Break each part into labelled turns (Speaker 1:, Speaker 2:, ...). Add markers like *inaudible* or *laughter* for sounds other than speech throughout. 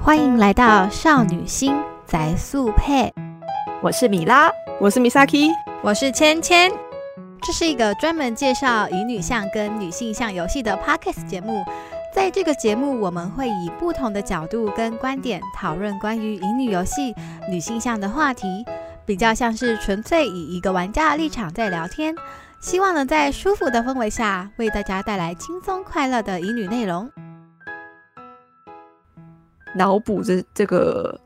Speaker 1: 欢迎来到少女心宅速配，
Speaker 2: 我是米拉，
Speaker 3: 我是 Misaki，
Speaker 4: 我是芊芊。
Speaker 1: 这是一个专门介绍乙女向跟女性向游戏的 podcast 节目。在这个节目，我们会以不同的角度跟观点讨论关于乙女游戏、女性向的话题，比较像是纯粹以一个玩家的立场在聊天。希望能在舒服的氛围下，为大家带来轻松快乐的乙女内容。
Speaker 2: 脑补这这个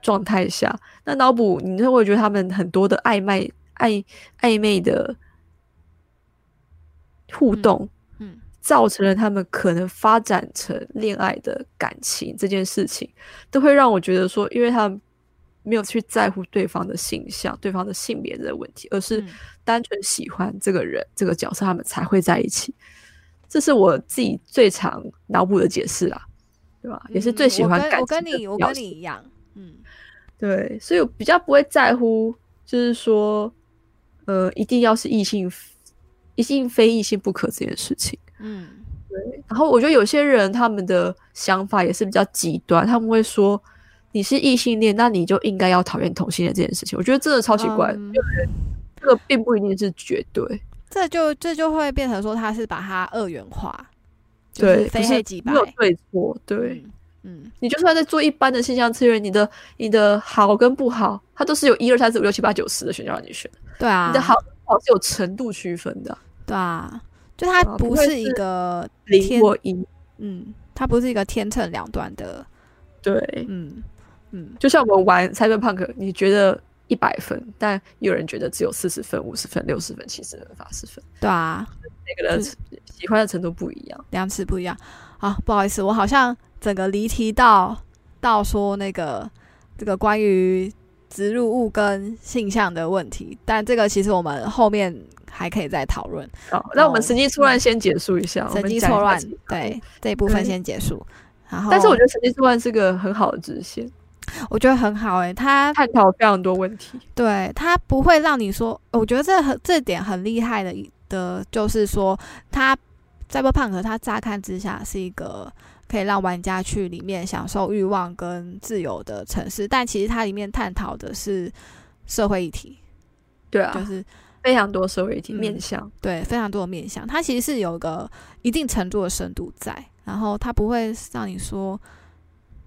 Speaker 2: 状态下，那脑补你就会觉得他们很多的暧昧、暧暧昧的互动，
Speaker 1: 嗯嗯
Speaker 2: 造成了他们可能发展成恋爱的感情这件事情，都会让我觉得说，因为他们没有去在乎对方的形象、对方的性别这个问题，而是
Speaker 1: 嗯
Speaker 2: 单纯喜欢这个人、这个角色，他们才会在一起。这是我自己最常脑补的解释啦，对吧？也是最
Speaker 1: 嗯
Speaker 2: 喜欢
Speaker 1: 我跟
Speaker 2: 感
Speaker 1: 我跟
Speaker 2: 情的
Speaker 1: 你，我
Speaker 2: 表
Speaker 1: 跟
Speaker 2: 现
Speaker 1: 你一样，嗯
Speaker 2: 对，所以我比较不会在乎，就是说，呃，一定要是异性，一性非异性不可这件事情。
Speaker 1: 嗯
Speaker 2: 然后我觉得有些人他们的想法也是比较极端，他们会说你是异性恋，那你就应该要讨厌同性恋这件事情。我觉得真的超奇怪，
Speaker 1: 嗯
Speaker 2: 因为这个并不一定是绝对。
Speaker 4: 这就这就会变成说他是把它二元化，就是
Speaker 2: 对，
Speaker 4: 非
Speaker 2: 不
Speaker 4: 黑
Speaker 2: 是
Speaker 4: 即白
Speaker 2: 没。有对错，对、
Speaker 1: 嗯嗯，
Speaker 2: 你就算在做一般的性向测验，你的你的好跟不好，它都是有一二三四五六七八九十的选项让你选，
Speaker 4: 对啊
Speaker 2: 你的，好跟不好是有程度区分的。
Speaker 4: 对啊，就它
Speaker 2: 对啊
Speaker 4: 不
Speaker 2: 不会
Speaker 4: 是一
Speaker 2: 是
Speaker 4: 个
Speaker 2: 零
Speaker 4: 天
Speaker 2: 或一，
Speaker 4: 嗯，它不是一个天秤两端的，
Speaker 2: 对，
Speaker 4: 嗯嗯，
Speaker 2: 就像我们玩 Cyberpunk，你觉得一百分，但有人觉得只有四十分、五十分、六十分、七十分、八十分，
Speaker 4: 对啊，
Speaker 2: 每个人
Speaker 4: 是
Speaker 2: 喜欢的程度不一样。
Speaker 4: 两尺不一样。啊，不好意思，我好像整个离题到到说那个这个关于植入物跟性向的问题，但这个其实我们后面还可以再讨论。
Speaker 2: 好，那我
Speaker 4: 哦
Speaker 2: 们神经错乱先结束一下，我
Speaker 4: 神
Speaker 2: 们
Speaker 4: 经
Speaker 2: 讲一
Speaker 4: 错
Speaker 2: 下
Speaker 4: 乱
Speaker 2: 其他，的。
Speaker 4: 对这一部分
Speaker 2: 对
Speaker 4: 先结束。然后，
Speaker 2: 嗯但是我觉得神经错乱是个很好的支线，
Speaker 4: 我觉得很好诶、它
Speaker 2: 探讨非常多问题。
Speaker 4: 对它不会让你说，我觉得这很这点很厉害的一的，就是说它 Cyberpunk 它乍看之下是一个可以让玩家去里面享受欲望跟自由的城市，但其实它里面探讨的是社会议题，
Speaker 2: 对啊，
Speaker 4: 就是
Speaker 2: 非常多社会议题
Speaker 4: 嗯
Speaker 2: 面向，
Speaker 4: 对非常多的面向，它其实是有一个一定程度的深度在，然后它不会让你说，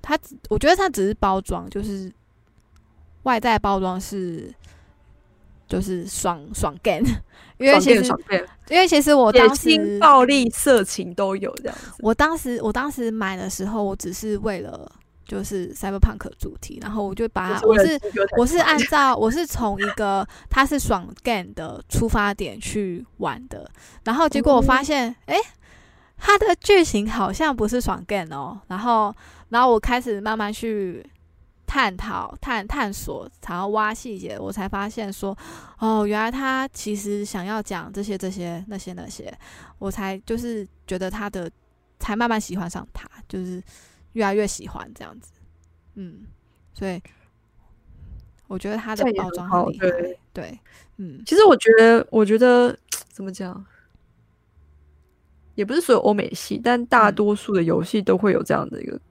Speaker 4: 它只我觉得它只是包装，就是外在包装是就是爽爽 gay，因 *laughs* 为
Speaker 2: 爽
Speaker 4: 其
Speaker 2: 变
Speaker 4: 实
Speaker 2: 爽变，
Speaker 4: 因为其实我
Speaker 2: 野
Speaker 4: 当
Speaker 2: 性、
Speaker 4: 时
Speaker 2: 暴力、色情都有这样子。
Speaker 4: 我当时我当时买的时候，我只是为了就是 cyberpunk 的主题，然后我就把它
Speaker 2: 为
Speaker 4: 我
Speaker 2: 了
Speaker 4: 是
Speaker 2: 及格才
Speaker 4: 我是按照我是从一个他是爽 game 的出发点去玩的，然后结果我发现，诶，它的剧情好像不是爽 game 哦，然后然后我开始慢慢去探讨、探探索，然后挖细节，我才发现说，哦，原来他其实想要讲这些、这些、那些、那些，我才就是觉得他的才慢慢喜欢上他，就是越来越喜欢这样子，嗯，所以。我觉得他的
Speaker 2: 这样也
Speaker 4: 包
Speaker 2: 很
Speaker 4: 装
Speaker 2: 好
Speaker 4: 很厉害，
Speaker 2: 对
Speaker 4: 对，嗯，
Speaker 2: 其实我觉得，我觉得怎么讲，也不是所有欧美系，但大
Speaker 4: 嗯
Speaker 2: 多数的游戏都会有这样的一个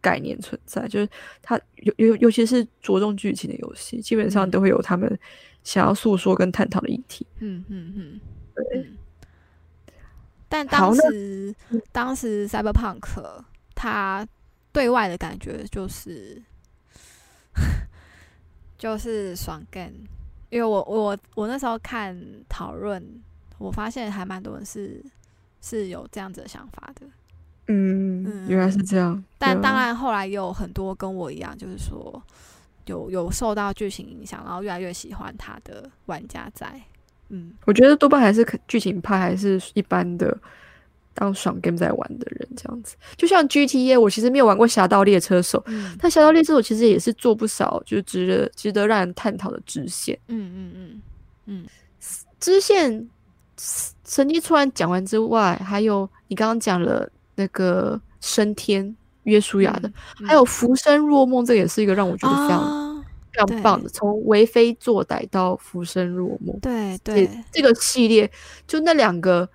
Speaker 2: 概念存在，就是它尤尤尤其是着重剧情的游戏，基本上
Speaker 4: 嗯
Speaker 2: 都会有他们想要诉说跟探讨的议题。
Speaker 4: 嗯嗯嗯，
Speaker 2: 对
Speaker 4: 嗯。但
Speaker 2: 好
Speaker 4: 当
Speaker 2: 那
Speaker 4: 时，当时 Cyberpunk 它对外的感觉就是， *laughs* 就是爽 gay，因为我我我那时候看讨论，我发现还蛮多人是是有这样子的想法的。
Speaker 2: 嗯原来是这样。
Speaker 4: 但当
Speaker 2: 对啊，
Speaker 4: 然，后来也有很多跟我一样，就是说有有受到剧情影响，然后越来越喜欢他的玩家在，嗯，
Speaker 2: 我觉得多半还是可剧情派，还是一般的当爽 game 在玩的人这样子。就像 GTA，我其实没有玩过《侠盗猎车手》，
Speaker 4: 嗯
Speaker 2: 但《侠盗猎车手》其实也是做不少，就是值得值得让人探讨的支线。
Speaker 4: 嗯嗯嗯
Speaker 2: 支线神经突然讲完之外，还有你刚刚讲了那个升天约书亚的，
Speaker 4: 嗯
Speaker 2: 还有浮生若梦，这也是一个让我觉得非常、
Speaker 4: 啊，
Speaker 2: 非常棒的，从为非作歹到浮生若梦，
Speaker 4: 对对
Speaker 2: 这，这个系列就那两个，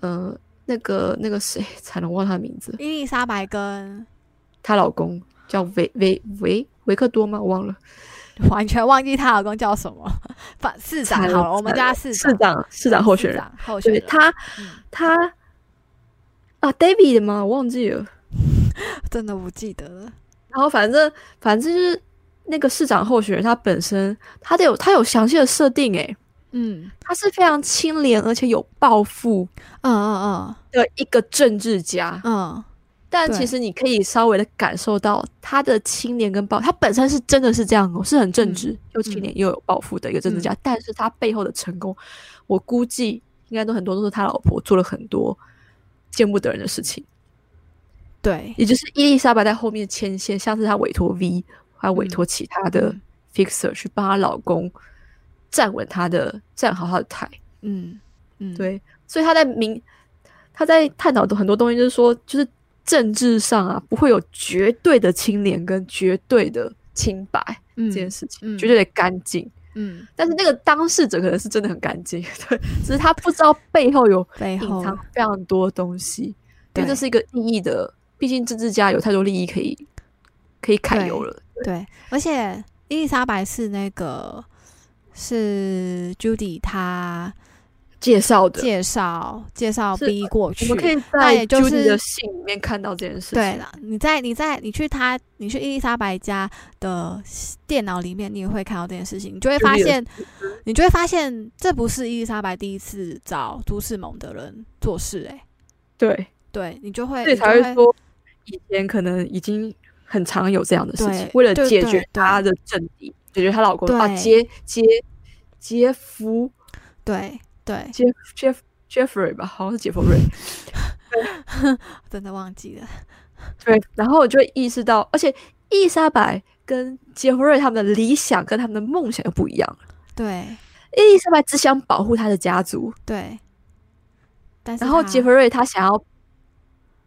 Speaker 2: 呃，那个那个谁，惨了，我忘了他的名字，
Speaker 4: 伊丽莎白跟
Speaker 2: 她老公叫维维维维克多吗？我忘了，
Speaker 4: 完全忘记她老公叫什么， *laughs* 反市长
Speaker 2: 惨
Speaker 4: 好
Speaker 2: 了
Speaker 4: 了，我们
Speaker 2: 惨
Speaker 4: 家
Speaker 2: 了
Speaker 4: 市
Speaker 2: 市长市长候选人，
Speaker 4: 长候选
Speaker 2: 对
Speaker 4: 人，
Speaker 2: 他
Speaker 4: 嗯
Speaker 2: 他啊，David 吗？我忘记了。
Speaker 4: 真的不记得了。
Speaker 2: 然后反正反正就是那个市长候选人，他本身他得有他有详细的设定，诶，
Speaker 4: 嗯
Speaker 2: 他是非常清廉而且有抱负
Speaker 4: 嗯嗯
Speaker 2: 的一个政治家。
Speaker 4: 嗯嗯，
Speaker 2: 但
Speaker 4: 对
Speaker 2: 其实你可以稍微的感受到他的清廉跟抱，他本身是真的是这样哦，是很
Speaker 4: 嗯
Speaker 2: 正直、又清廉又有抱负的一个政治家。但是他背后的成功，我估计应该都很多都是他老婆做了很多见不得人的事情。
Speaker 4: 对，
Speaker 2: 也就是伊丽莎白在后面牵线，像是她委托 V，还委托其他的
Speaker 4: 嗯
Speaker 2: fixer 去帮她老公站稳她的站好她的台。
Speaker 4: 嗯嗯，
Speaker 2: 对，所以她在明她在探讨的很多东西，就是说，就是政治上啊，不会有绝对的清廉跟绝对的清白
Speaker 4: 嗯，
Speaker 2: 这件事情，
Speaker 4: 嗯
Speaker 2: 绝对的干净。
Speaker 4: 嗯，
Speaker 2: 但是那个当事者可能是真的很干净， *laughs* 对，只是他不知道背后有
Speaker 4: 背
Speaker 2: 隐
Speaker 4: 后
Speaker 2: 藏非常多东西，因为这
Speaker 4: 对
Speaker 2: 是一个利益的，毕竟政治家有太多利益可以可以揩油了。
Speaker 4: 对，而且伊丽莎白是那个是 Judy 她
Speaker 2: 介绍的，
Speaker 4: 介绍介绍
Speaker 2: 是
Speaker 4: B 过
Speaker 2: 我
Speaker 4: 去，
Speaker 2: 们可以
Speaker 4: 那也
Speaker 2: 在
Speaker 4: 就
Speaker 2: Judy
Speaker 4: 是
Speaker 2: 的信里面看到这件事情。
Speaker 4: 对了，你在你在你去他你去伊丽莎白家的电脑里面，你也会看到这件事情，你就会发
Speaker 2: 就是
Speaker 4: 现，你就会发现这不是伊丽莎白第一次找都市猛的人做事、欸，
Speaker 2: 对，
Speaker 4: 对哎你就会
Speaker 2: 所以
Speaker 4: 你就
Speaker 2: 才会说以前可能已经很常有这样的事情
Speaker 4: 对，
Speaker 2: 为了
Speaker 4: 对
Speaker 2: 解
Speaker 4: 对
Speaker 2: 决她的政敌，解决她老公啊
Speaker 4: 对
Speaker 2: 杰杰杰夫
Speaker 4: 对对，
Speaker 2: 杰杰 Jeffrey 吧，好像是杰
Speaker 4: *laughs*
Speaker 2: 弗瑞。
Speaker 4: 真的忘记了，
Speaker 2: 对，然后我就会意识到，而且伊丽莎白跟杰弗瑞他们的理想跟他们的梦想又不一样。
Speaker 4: 对
Speaker 2: 伊丽莎白只想保护她的家族，
Speaker 4: 对，但是
Speaker 2: 然后
Speaker 4: 他
Speaker 2: 杰弗瑞他想要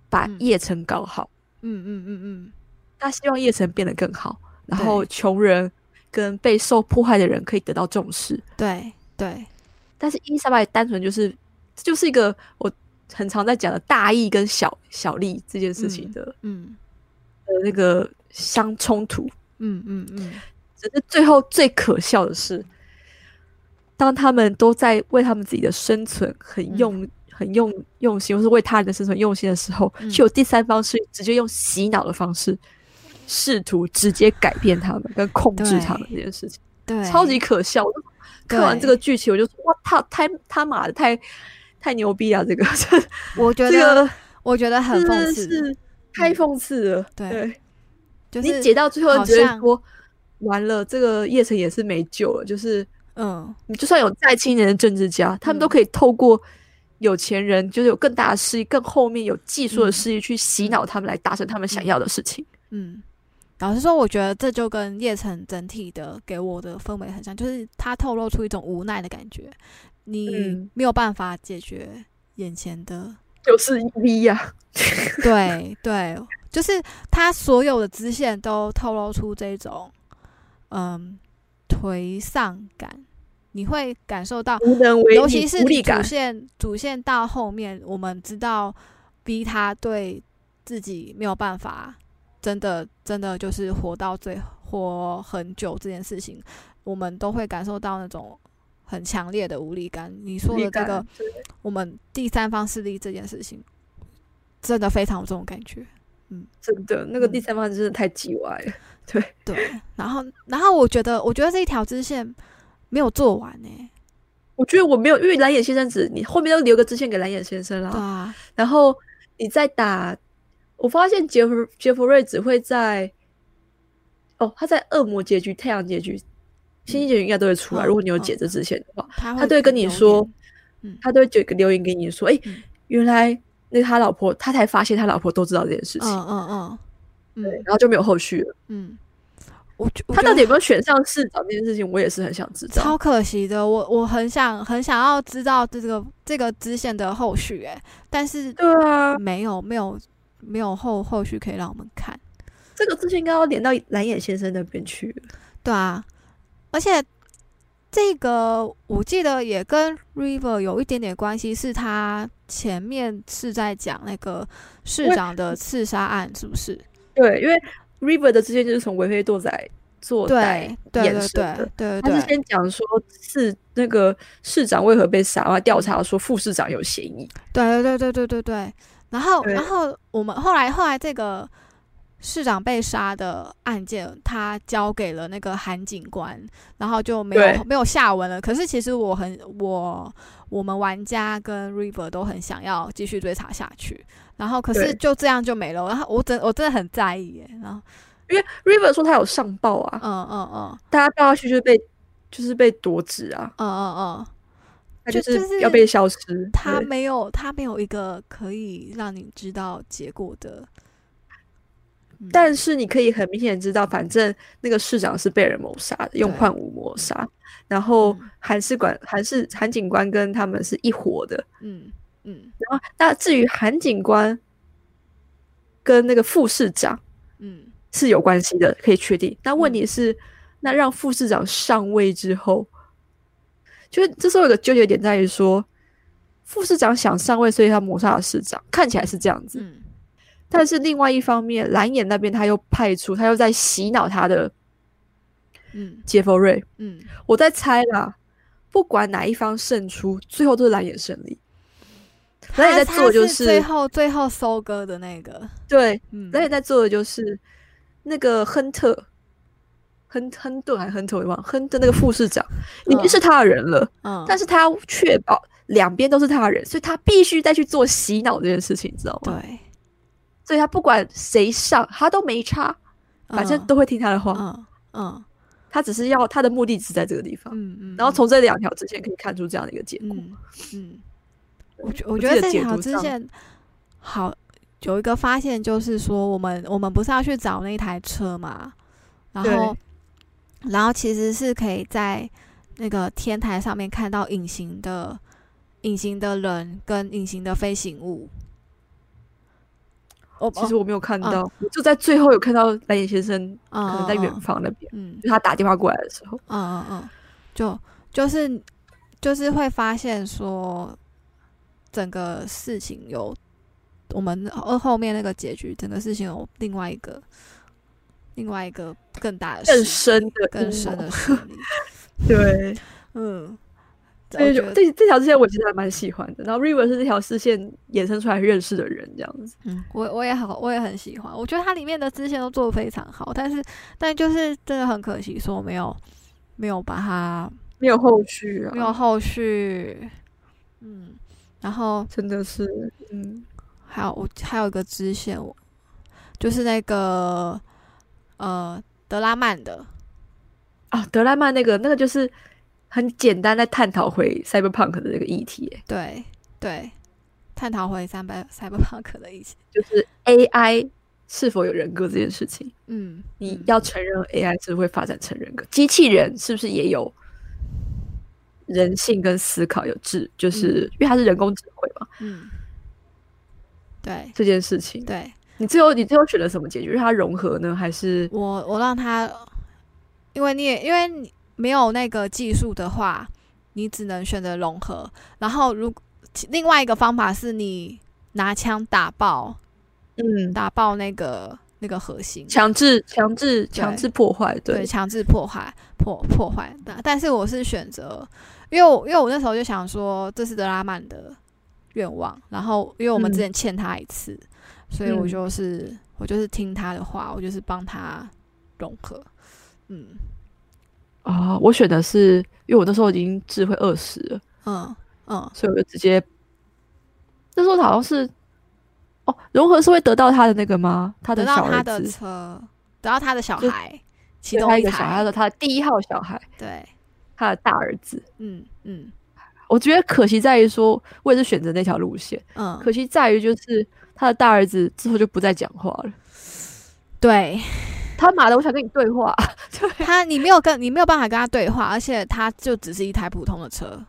Speaker 2: 把
Speaker 4: 嗯
Speaker 2: 叶城搞好，
Speaker 4: 嗯嗯嗯嗯，
Speaker 2: 他希望叶城变得更好，然
Speaker 4: 对
Speaker 2: 后穷人跟被受迫害的人可以得到重视。
Speaker 4: 对对
Speaker 2: 但是伊丽莎白单纯就是，这就是一个我很常在讲的大义跟小小利这件事情
Speaker 4: 嗯
Speaker 2: 的、
Speaker 4: 嗯
Speaker 2: 的那个相冲突。
Speaker 4: 嗯嗯嗯，
Speaker 2: 只是最后最可笑的是，当他们都在为他们自己的生存很
Speaker 4: 嗯
Speaker 2: 用、很用用心，或是为他人的生存用心的时候，
Speaker 4: 嗯
Speaker 2: 却有第三方是直接用洗脑的方式，试图直接改变他们跟控制他们这件事情，
Speaker 4: 对，
Speaker 2: 超级可笑。我就看完
Speaker 4: 对
Speaker 2: 这个剧情，我就说哇，他太他妈的太太牛逼了，这个 *laughs* 这
Speaker 4: 我觉得
Speaker 2: 个
Speaker 4: 我觉得很
Speaker 2: 真
Speaker 4: 讽
Speaker 2: 的
Speaker 4: 刺，
Speaker 2: 是太讽刺了，
Speaker 4: 对
Speaker 2: 对。
Speaker 4: 就
Speaker 2: 你
Speaker 4: 是
Speaker 2: 解到最后，
Speaker 4: 好
Speaker 2: 你觉得
Speaker 4: 像
Speaker 2: 说完了，这个叶城也是没救了。就是
Speaker 4: 嗯
Speaker 2: 你就算有再青年的政治家，他们都
Speaker 4: 嗯
Speaker 2: 可以透过有钱人，就是有更大的势力、更后面有技术的
Speaker 4: 嗯
Speaker 2: 势力去洗脑他们，来达成他们想
Speaker 4: 嗯
Speaker 2: 要的事情。
Speaker 4: 嗯，老实说，我觉得这就跟叶城整体的给我的氛围很像，就是他透露出一种无奈的感觉，你
Speaker 2: 嗯
Speaker 4: 没有办法解决眼前的，
Speaker 2: 就是 V 呀，
Speaker 4: 对对，就是他所有的支线都透露出这种嗯颓丧感，你会感受到，
Speaker 2: 无能为
Speaker 4: 尤
Speaker 2: 力
Speaker 4: 其是
Speaker 2: 无力
Speaker 4: 你主
Speaker 2: 感。
Speaker 4: 线主线到后面，我们知道逼他对自己没有办法，真的真的就是活到最活很久这件事情，我们都会感受到那种很强烈的无力感。你说
Speaker 2: 无力
Speaker 4: 的这
Speaker 2: 感
Speaker 4: 个，
Speaker 2: 对
Speaker 4: 我们第三方势力这件事情，真的非常有这种感觉。
Speaker 2: 真的，那个
Speaker 4: 嗯
Speaker 2: 第三方真的太叽歪了。
Speaker 4: 对，然后然后我觉得我觉得这一条支线没有做完欸呢、
Speaker 2: 我觉得我没有，因为蓝眼先生只你后面都留个支线给蓝眼先生啦。
Speaker 4: 对啊，
Speaker 2: 然后你再打，我发现杰弗杰弗瑞只会在，哦，他在恶魔结局、太阳结局、星星结局应该都会出来。
Speaker 4: 嗯
Speaker 2: 如果你有
Speaker 4: 嗯
Speaker 2: 解这支线的话，
Speaker 4: 他
Speaker 2: 他
Speaker 4: 会
Speaker 2: 都会跟你说
Speaker 4: 留
Speaker 2: 他都会有一个留言给你说，哎、
Speaker 4: 嗯
Speaker 2: 原来那他老婆，他才发现他老婆都知道这件事
Speaker 4: 言，
Speaker 2: 情，
Speaker 4: 嗯嗯嗯，嗯
Speaker 2: 对，然后就没有后续了。
Speaker 4: 嗯，我觉我
Speaker 2: 他
Speaker 4: 觉
Speaker 2: 到
Speaker 4: 得
Speaker 2: 底有没有选上市长这件事情，我也是很想知道。
Speaker 4: 超可惜的，我我很想很想要知道这个这个支线的后续，哎，但是
Speaker 2: 对啊，
Speaker 4: 没有没有没有后后续可以让我们看，
Speaker 2: 这个支线应该要连到蓝眼先生那边去了。
Speaker 4: 对啊，而且这个我记得也跟 River 有一点点关系，是他前面是在讲那个市长的刺杀案，是不是？
Speaker 2: 对，因为 River 的之间就是从为非作歹作歹
Speaker 4: 对对
Speaker 2: 衍
Speaker 4: 对
Speaker 2: 生的
Speaker 4: 对。对
Speaker 2: 他是
Speaker 4: 对，
Speaker 2: 先讲说市那个市长为何被杀，然后调查说副市长有嫌疑。
Speaker 4: 对对对对对对。然后
Speaker 2: 对
Speaker 4: 然后我们后来后来这个市长被杀的案件，他交给了那个韩警官，然后就没
Speaker 2: 对
Speaker 4: 有没有下文了。可是其实我很我我们玩家跟 River 都很想要继续追查下去，然后可是
Speaker 2: 对
Speaker 4: 就这样就没了。然后我真我真的很在意耶，然后
Speaker 2: 因为 River 说他有上报啊，
Speaker 4: 嗯嗯嗯
Speaker 2: 大家报下去就是被就是被夺职啊，
Speaker 4: 嗯嗯嗯，
Speaker 2: 他
Speaker 4: 就就是
Speaker 2: 是要被消失。
Speaker 4: 他
Speaker 2: 对
Speaker 4: 没有他没有一个可以让你知道结果的。嗯
Speaker 2: 但是你可以很明显地知道，反正那个市长是被人谋杀的，用
Speaker 4: 对
Speaker 2: 幻武谋杀。然后
Speaker 4: 嗯
Speaker 2: 韩士管韩士韩警官跟他们是一伙的。
Speaker 4: 嗯嗯
Speaker 2: 然后那至于韩警官跟那个副市长
Speaker 4: 嗯
Speaker 2: 是有关系的，可以确定。但问
Speaker 4: 嗯
Speaker 2: 题是，那让副市长上位之后，就是这时候有个纠结点在于说，副市长想上位，所以他谋杀了市长，看起来是这样子。
Speaker 4: 嗯
Speaker 2: 但是另外一方面，蓝眼那边他又派出，他又在洗脑他的
Speaker 4: 嗯
Speaker 2: 杰弗瑞。
Speaker 4: 嗯，
Speaker 2: 我在猜啦，不管哪一方胜出，最后都是蓝眼胜利。蓝眼
Speaker 4: 他
Speaker 2: 在
Speaker 4: 他
Speaker 2: 做的就是
Speaker 4: 最后最后收割的那个，
Speaker 2: 对，
Speaker 4: 嗯，
Speaker 2: 蓝眼在做的就是那个亨特。亨亨顿还是亨特，我忘了。亨特那个副市长已经
Speaker 4: 嗯
Speaker 2: 是他的人了，
Speaker 4: 嗯，
Speaker 2: 但
Speaker 4: 是
Speaker 2: 是他要确保两边都是他的人，所以他必须再去做洗脑这件事情，你知道吗？
Speaker 4: 对，
Speaker 2: 所以他不管谁上，他都没差，反正
Speaker 4: 嗯
Speaker 2: 都会听他的话。
Speaker 4: 嗯嗯
Speaker 2: 他只是要他的目的只在这个地方。
Speaker 4: 嗯嗯，
Speaker 2: 然后从这两条支线可以看出这样的一个结果。
Speaker 4: 嗯嗯，我觉
Speaker 2: 我
Speaker 4: 我
Speaker 2: 自
Speaker 4: 觉
Speaker 2: 己
Speaker 4: 得
Speaker 2: 的
Speaker 4: 这
Speaker 2: 解
Speaker 4: 条
Speaker 2: 读
Speaker 4: 支
Speaker 2: 上
Speaker 4: 线好有一个发现，就是说我们我们不是要去找那台车嘛，然
Speaker 2: 对
Speaker 4: 后然后其实是可以在那个天台上面看到隐形的隐形的人跟隐形的飞行物。我
Speaker 2: 其实我没有看
Speaker 4: 嗯
Speaker 2: 到，我就在最后有看到蓝眼先生可
Speaker 4: 可
Speaker 2: 能在远方那边，
Speaker 4: 哦嗯
Speaker 2: 就他打电话过来的时候，
Speaker 4: 嗯嗯，嗯，就就是就是会发现说，整个事情有我们后后面那个结局，整个事情有另外一个另外一个更大的
Speaker 2: 更
Speaker 4: 事
Speaker 2: 深的哦
Speaker 4: 更
Speaker 2: 阴
Speaker 4: 深
Speaker 2: 谋
Speaker 4: 的势
Speaker 2: *laughs*
Speaker 4: 力。
Speaker 2: 对。
Speaker 4: 嗯，我
Speaker 2: 所以
Speaker 4: 觉
Speaker 2: 就
Speaker 4: 得
Speaker 2: 这这条支线我其实还蛮喜欢的。然后 River 是这条支线衍生出来认识的人，这样子。
Speaker 4: 嗯，我我也好，我也很喜欢。我觉得它里面的支线都做的非常好，但是但就是真的很可惜，说没有没有把它
Speaker 2: 没有后续啊，
Speaker 4: 没有后续。嗯，然后
Speaker 2: 真的是，嗯，
Speaker 4: 还有我还有一个支线，我就是那个呃德拉曼的，
Speaker 2: 啊，德莱曼那个那个就是很简单在探讨回 Cyberpunk 的这个议题耶，
Speaker 4: 对对，探讨回三百 cyberpunk 的一嗯起，
Speaker 2: 就是 AI 是否有人格这件事情。
Speaker 4: 嗯，
Speaker 2: 你
Speaker 4: 嗯
Speaker 2: 要承认 AI 是会发展成人格，机器人是不是也有人性跟思考，有智，就是、因为它是人工智慧嘛，
Speaker 4: 嗯，对
Speaker 2: 这件事情。
Speaker 4: 对，
Speaker 2: 你最后你最后选择什么结局？让它融合呢，还是
Speaker 4: 我我让他，因为你也因为你没有那个技术的话，你只能选择融合，然后如其另外一个方法是你拿枪打爆
Speaker 2: 嗯
Speaker 4: 打爆那个那个核心，
Speaker 2: 强制强制强制破坏？对，
Speaker 4: 对，强制破坏破破坏。但但是我是选择，因为我因为我那时候就想说，这是德拉曼的愿望，然后因为我们之
Speaker 2: 嗯
Speaker 4: 前欠他一次，所以我
Speaker 2: 嗯
Speaker 4: 就是、我就是听他的话，我就是帮他融合。嗯
Speaker 2: 啊、我选的是，因为我那时候已经智慧二十了，
Speaker 4: 嗯嗯
Speaker 2: 所以我就直接那时候好像是哦，融合是会得到他的那个吗？他
Speaker 4: 得
Speaker 2: 的
Speaker 4: 到
Speaker 2: 小
Speaker 4: 他
Speaker 2: 儿
Speaker 4: 的
Speaker 2: 子，
Speaker 4: 车，得到他的小
Speaker 2: 就
Speaker 4: 孩，其
Speaker 2: 对
Speaker 4: 中
Speaker 2: 他一个
Speaker 4: 台，
Speaker 2: 小孩，他的他的第一号小孩，
Speaker 4: 对，
Speaker 2: 他的大儿子。
Speaker 4: 嗯嗯
Speaker 2: 我觉得可惜在于说，我也是选择那条路线，
Speaker 4: 嗯，
Speaker 2: 可惜在于就是他的大儿子之后就不再讲话了。
Speaker 4: 对
Speaker 2: 他妈的，我想跟你对话， *laughs*
Speaker 4: 他，你没有跟你没有办法跟他对话，而且他就只是一台普通的车。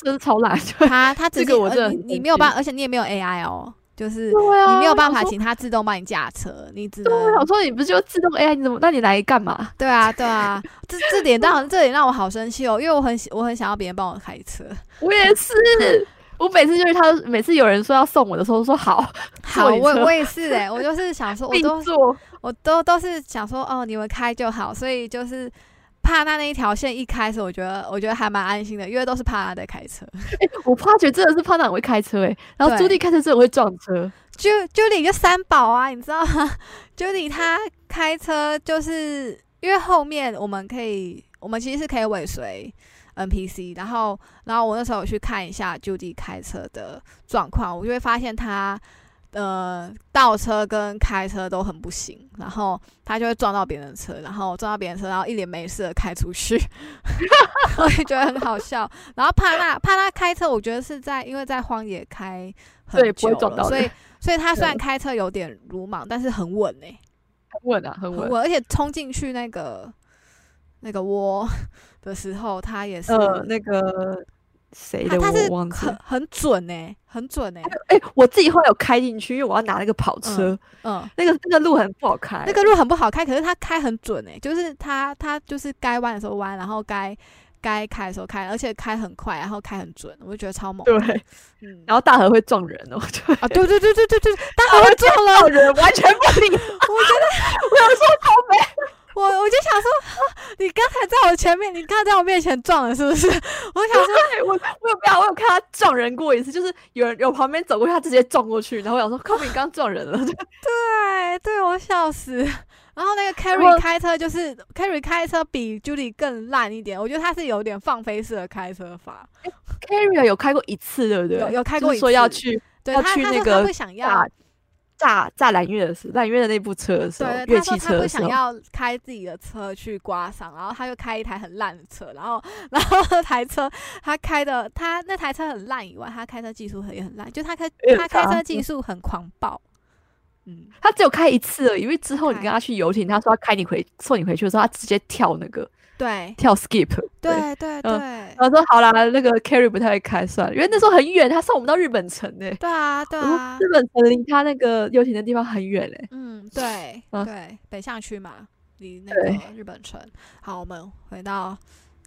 Speaker 2: 真是超懒。 *laughs* 对
Speaker 4: 他他只是
Speaker 2: 这个我
Speaker 4: 呃
Speaker 2: 真的很
Speaker 4: 你你
Speaker 2: 生
Speaker 4: 没有办
Speaker 2: 气
Speaker 4: 而且你也没有 AI 哦，就是
Speaker 2: 对啊，
Speaker 4: 你没有办
Speaker 2: 我
Speaker 4: 法
Speaker 2: 想说。
Speaker 4: 请他自动帮你驾车，你只
Speaker 2: 对啊，我
Speaker 4: 能
Speaker 2: 想说你不是就自动 AI？你怎么？那你来干嘛？
Speaker 4: 对啊对啊，这这点让这点让我好生气哦，因为我很喜我很想要别人帮我开
Speaker 2: *laughs*
Speaker 4: 车。
Speaker 2: 我也是，
Speaker 4: *laughs*
Speaker 2: 我每次就是他，每次有人说要送我的时候，我说好，
Speaker 4: 好，
Speaker 2: 你
Speaker 4: 我
Speaker 2: 车 *laughs*
Speaker 4: 我也是哎、我就是想说，我
Speaker 2: 并
Speaker 4: 都
Speaker 2: 坐。
Speaker 4: 我都都是想说，哦，你们开就好，所以就是帕纳那一条线一开始，我觉得我觉得还蛮安心的，因为都是帕纳在开车。
Speaker 2: 我发觉真的是胖达很会开车哎、然后朱
Speaker 4: 对
Speaker 2: 棣开车真的会撞车，
Speaker 4: 就 Judy 就三宝啊，你知道吗 *laughs* ？Judy 他开车就是因为后面我们可以，我们其实是可以尾随 NPC，然后然后我那时候有去看一下 Judy 开车的状况，我就会发现他。呃，倒车跟开车都很不行，然后他就会撞到别人的车，然后撞到别人的车，然后一脸没事的开出去， *laughs* 我也觉得很好笑。然后帕纳帕纳开车，我觉得是在因为在荒野开很
Speaker 2: 对不
Speaker 4: 久
Speaker 2: 会撞
Speaker 4: 了，
Speaker 2: 到
Speaker 4: 所
Speaker 2: 人
Speaker 4: 以所以他虽然
Speaker 2: 对
Speaker 4: 开车有点鲁莽，但是很稳欸诶、
Speaker 2: 很稳啊，很
Speaker 4: 很
Speaker 2: 稳。
Speaker 4: 稳，而且冲进去那个那个窝 *laughs* 的时候，他也是，
Speaker 2: 呃，那个谁
Speaker 4: 他
Speaker 2: 的
Speaker 4: 他是
Speaker 2: 我忘记
Speaker 4: 很
Speaker 2: 了。
Speaker 4: 很准诶、很准欸诶、
Speaker 2: 哎、我自己后来有开进去，因为我要拿那个跑车，
Speaker 4: 嗯，
Speaker 2: 那个那个路很不好开。
Speaker 4: 那个路很不好开，可是他开很准诶、就是他他就是该弯的时候弯，然后该该开的时候开，而且开很快，然后开很准，我就觉得超猛。
Speaker 2: 对，
Speaker 4: 嗯，
Speaker 2: 然后大河会撞人哦，对，
Speaker 4: 啊，对对对对对对，
Speaker 2: *laughs*
Speaker 4: 他好会撞了，
Speaker 2: 撞人完全不理。
Speaker 4: 我我就想说，哈你刚才在我前面，你刚才在我面前撞了是不 *laughs* 是？我想说，
Speaker 2: 对我 *laughs* 我有没有我有看他撞人过一次，就是有人有旁边走过去，他直接撞过去，然后我想说，靠，你刚撞
Speaker 4: *laughs*
Speaker 2: 人了，就
Speaker 4: 对，哎对我笑死。然后那个
Speaker 2: 我
Speaker 4: Carry 开车就是 Carry 开车比 Judy 更烂一点，我觉得他是有点放飞式的开车法。
Speaker 2: Carrier 有开过一次，对不对？
Speaker 4: 有有开
Speaker 2: 就是
Speaker 4: 过一
Speaker 2: 说要
Speaker 4: 次
Speaker 2: 去
Speaker 4: 对
Speaker 2: 要
Speaker 4: 他，
Speaker 2: 去
Speaker 4: 他
Speaker 2: 那
Speaker 4: 说
Speaker 2: 个
Speaker 4: 他会想要
Speaker 2: 炸，炸炸蓝月的时候，蓝月的那部车的时候，
Speaker 4: 对，
Speaker 2: 乐
Speaker 4: 他说
Speaker 2: 器
Speaker 4: 他
Speaker 2: 车
Speaker 4: 会
Speaker 2: 的时
Speaker 4: 想
Speaker 2: 候，
Speaker 4: 要开自己的车去刮伤，然后他就开一台很烂的车，然后然后那台车他开的他那台车很烂以外，他开车技术也很烂，就他开
Speaker 2: 也很
Speaker 4: 他开
Speaker 2: 差嗯
Speaker 4: 车技术很狂暴。嗯，
Speaker 2: 他只有开一次而已，因为之后你
Speaker 4: 开
Speaker 2: 跟他去游艇，他说要开你回送你回去的时候，他直接跳那个
Speaker 4: 对
Speaker 2: 跳 skip，
Speaker 4: *laughs* 对对对。
Speaker 2: 然后说好啦，那个 Carry 不太会开算了，因为那时候很远，他送我们到日本城呢、
Speaker 4: 对啊，对
Speaker 2: 我说
Speaker 4: 啊，
Speaker 2: 日本城离他那个游艇的地方很远嘞、 *laughs*
Speaker 4: 嗯，对、
Speaker 2: 啊
Speaker 4: 对，北向区嘛，离那
Speaker 2: 对
Speaker 4: 个日本城。好，我们回到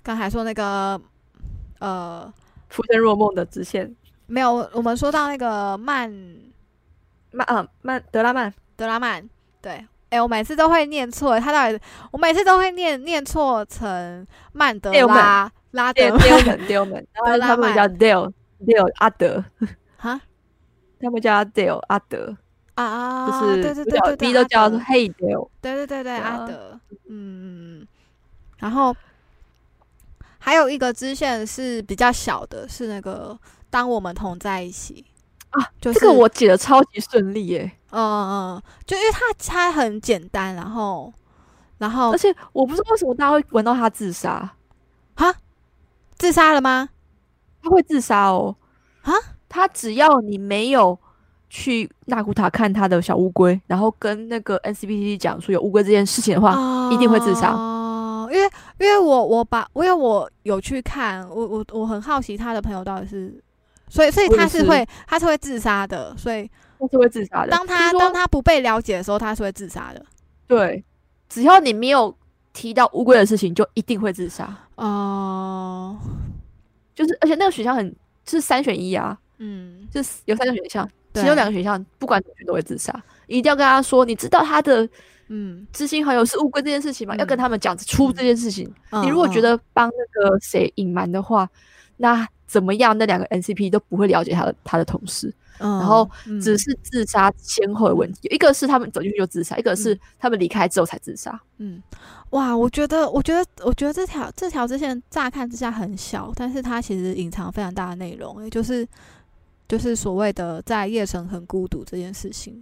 Speaker 4: 刚才说那个呃，
Speaker 2: 浮生若梦的支线，
Speaker 4: 没有，我们说到那个曼
Speaker 2: 曼啊曼德拉曼，
Speaker 4: 呃德拉曼，对。哎、我每次都会念错，他到底我每次都会念念错成曼德
Speaker 2: 列曼
Speaker 4: 拉拉
Speaker 2: 对
Speaker 4: 德
Speaker 2: 丢门丢门，然
Speaker 4: 德
Speaker 2: 后
Speaker 4: 拉
Speaker 2: 他们
Speaker 4: 曼
Speaker 2: 叫 Dale Dale 阿德，
Speaker 4: 哈
Speaker 2: 他们叫他 Dale 阿德，
Speaker 4: 啊啊，
Speaker 2: 就
Speaker 4: 对对对
Speaker 2: 是不叫
Speaker 4: 对对，
Speaker 2: 第一都
Speaker 4: 阿
Speaker 2: 叫
Speaker 4: 德
Speaker 2: Hey Dale，
Speaker 4: 对对对对，阿
Speaker 2: 啊
Speaker 4: 德，嗯，然后还有一个支线是比较小的，是那个当我们同在一起
Speaker 2: 啊，
Speaker 4: 就是
Speaker 2: 这个我解的超级顺利耶、
Speaker 4: 嗯嗯，嗯就因为它它很简单，然后然后
Speaker 2: 而且我不知道为什么大家会闻到他自杀，
Speaker 4: 自杀了吗？
Speaker 2: 他会自杀哦。
Speaker 4: 啊，
Speaker 2: 他只要你没有去纳古塔看他的小乌龟，然后跟那个 NCPT 讲说有乌龟这件事情的话，啊一定会自杀
Speaker 4: 哦，因为因为我我把因为我有去看，我我我很好奇他的朋友到底是。所以，所以
Speaker 2: 我也
Speaker 4: 他是
Speaker 2: 是
Speaker 4: 会，他是会自杀的。所以，
Speaker 2: 他是会自杀的。
Speaker 4: 当
Speaker 2: 听
Speaker 4: 他
Speaker 2: 说
Speaker 4: 当他不被了解的时候，他是会自杀的。
Speaker 2: 对，只要你没有提到乌龟的事情，就一定会自杀。
Speaker 4: 哦、
Speaker 2: 就是而且那个选项很是三选一啊，
Speaker 4: 嗯，
Speaker 2: 就是有三个选项，
Speaker 4: 对
Speaker 2: 其中两个选项不管怎么选都会自杀。你一定要跟他说，你知道他的
Speaker 4: 嗯，
Speaker 2: 知心好友是乌龟这件事情吗？要跟
Speaker 4: 嗯
Speaker 2: 他们讲出
Speaker 4: 嗯
Speaker 2: 这件事情。
Speaker 4: 嗯
Speaker 2: 你如果
Speaker 4: 嗯
Speaker 2: 觉，得帮那个谁隐瞒的话，那怎么样？那两个 NCP 都不会了解他的他的同事，
Speaker 4: 嗯
Speaker 2: 然后
Speaker 4: 嗯
Speaker 2: 只是自杀先后的问题。一个是他们走进去就自杀，一个是他们离开之后才自杀。
Speaker 4: 嗯，哇，我觉得，我觉得，我觉得这条这条支线乍看之下很小，但是它其实隐藏非常大的内容，也就是就是所谓的在夜城很孤独这件事情。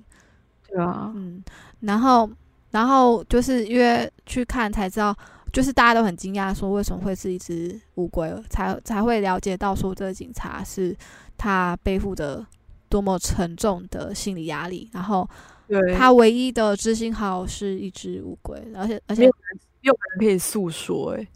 Speaker 2: 对啊，
Speaker 4: 嗯，然后然后就是因为去看才知道，就是大家都很惊讶，说为什么会是一只乌龟，才才会了解到说这个警察是他背负着多么沉重的心理压力，然后
Speaker 2: 对他
Speaker 4: 他唯一的知心好友是一只乌龟，而且而
Speaker 2: 没
Speaker 4: 且
Speaker 2: 有没有人可以诉说、欸，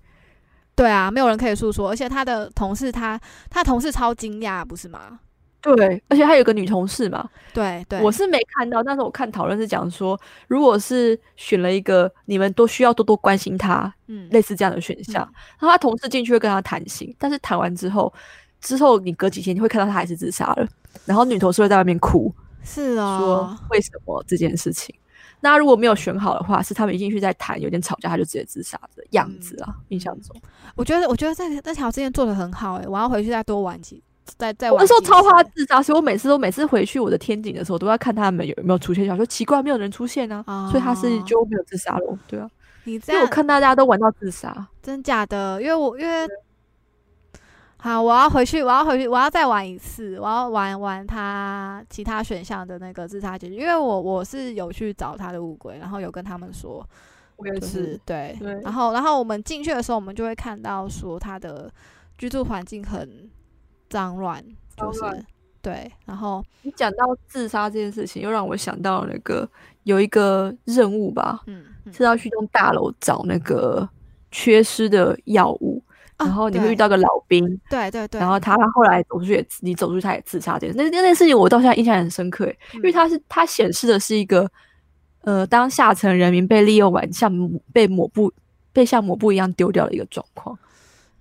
Speaker 4: 对啊，没有人可以诉说，而且他的同事他他同事超惊讶，不是吗？
Speaker 2: 对，而且还有一个女同事嘛，
Speaker 4: 对对，
Speaker 2: 我是没看到，但是我看讨论是讲说，如果是选了一个你们都需要多多关心他，
Speaker 4: 嗯
Speaker 2: 类似这样的选项，然后他同事进去会跟他谈心，但是谈完之后，之后你隔几天你会看到他还是自杀了，然后女同事会在外面哭，
Speaker 4: 是哦
Speaker 2: 说，为什么这件事情，那如果没有选好的话，是他们一进去在谈，有点吵架，他就直接自杀的样
Speaker 4: 嗯
Speaker 2: 子啊，印象中。
Speaker 4: 我觉得，我觉得这那条之前做的很好欸诶、我要回去再多玩几，再再
Speaker 2: 我
Speaker 4: 玩。
Speaker 2: 那时候超怕他自杀，所以我每次都每次回去我的天井的时候，都要看他们有有没有出现，想说奇怪没有人出现啊，
Speaker 4: 啊
Speaker 2: 所以他是就没有自杀了，对啊，
Speaker 4: 你这
Speaker 2: 因为我
Speaker 4: 样
Speaker 2: 看大家都玩到自杀，
Speaker 4: 真假的？因为我因为好，我要回去，我要回去，我要再玩一次，我要玩玩他其他选项的那个自杀结局，因为我我是有去找他的乌龟，然后有跟他们说，
Speaker 2: 我也
Speaker 4: 就是对，
Speaker 2: 对
Speaker 4: 然后然后我们进去的时候，我们就会看到说他的居住环境很脏乱，就
Speaker 2: 脏乱
Speaker 4: 是对，然后
Speaker 2: 你讲到自杀这件事情，又让我想到那个有一个任务吧，
Speaker 4: 嗯，嗯
Speaker 2: 是要去栋大楼找那个缺失的药物，
Speaker 4: 啊
Speaker 2: 然后你会
Speaker 4: 对
Speaker 2: 遇到个老兵，
Speaker 4: 对对对，
Speaker 2: 然后他后来走出去也自，你走出去他也自杀这件事，那那件事情我到现在印象很深刻耶，因为
Speaker 4: 嗯
Speaker 2: 它是它显示的是一个，呃，当下层人民被利用完，像抹被抹布被像抹布一样丢掉的一个状况。
Speaker 4: 嗯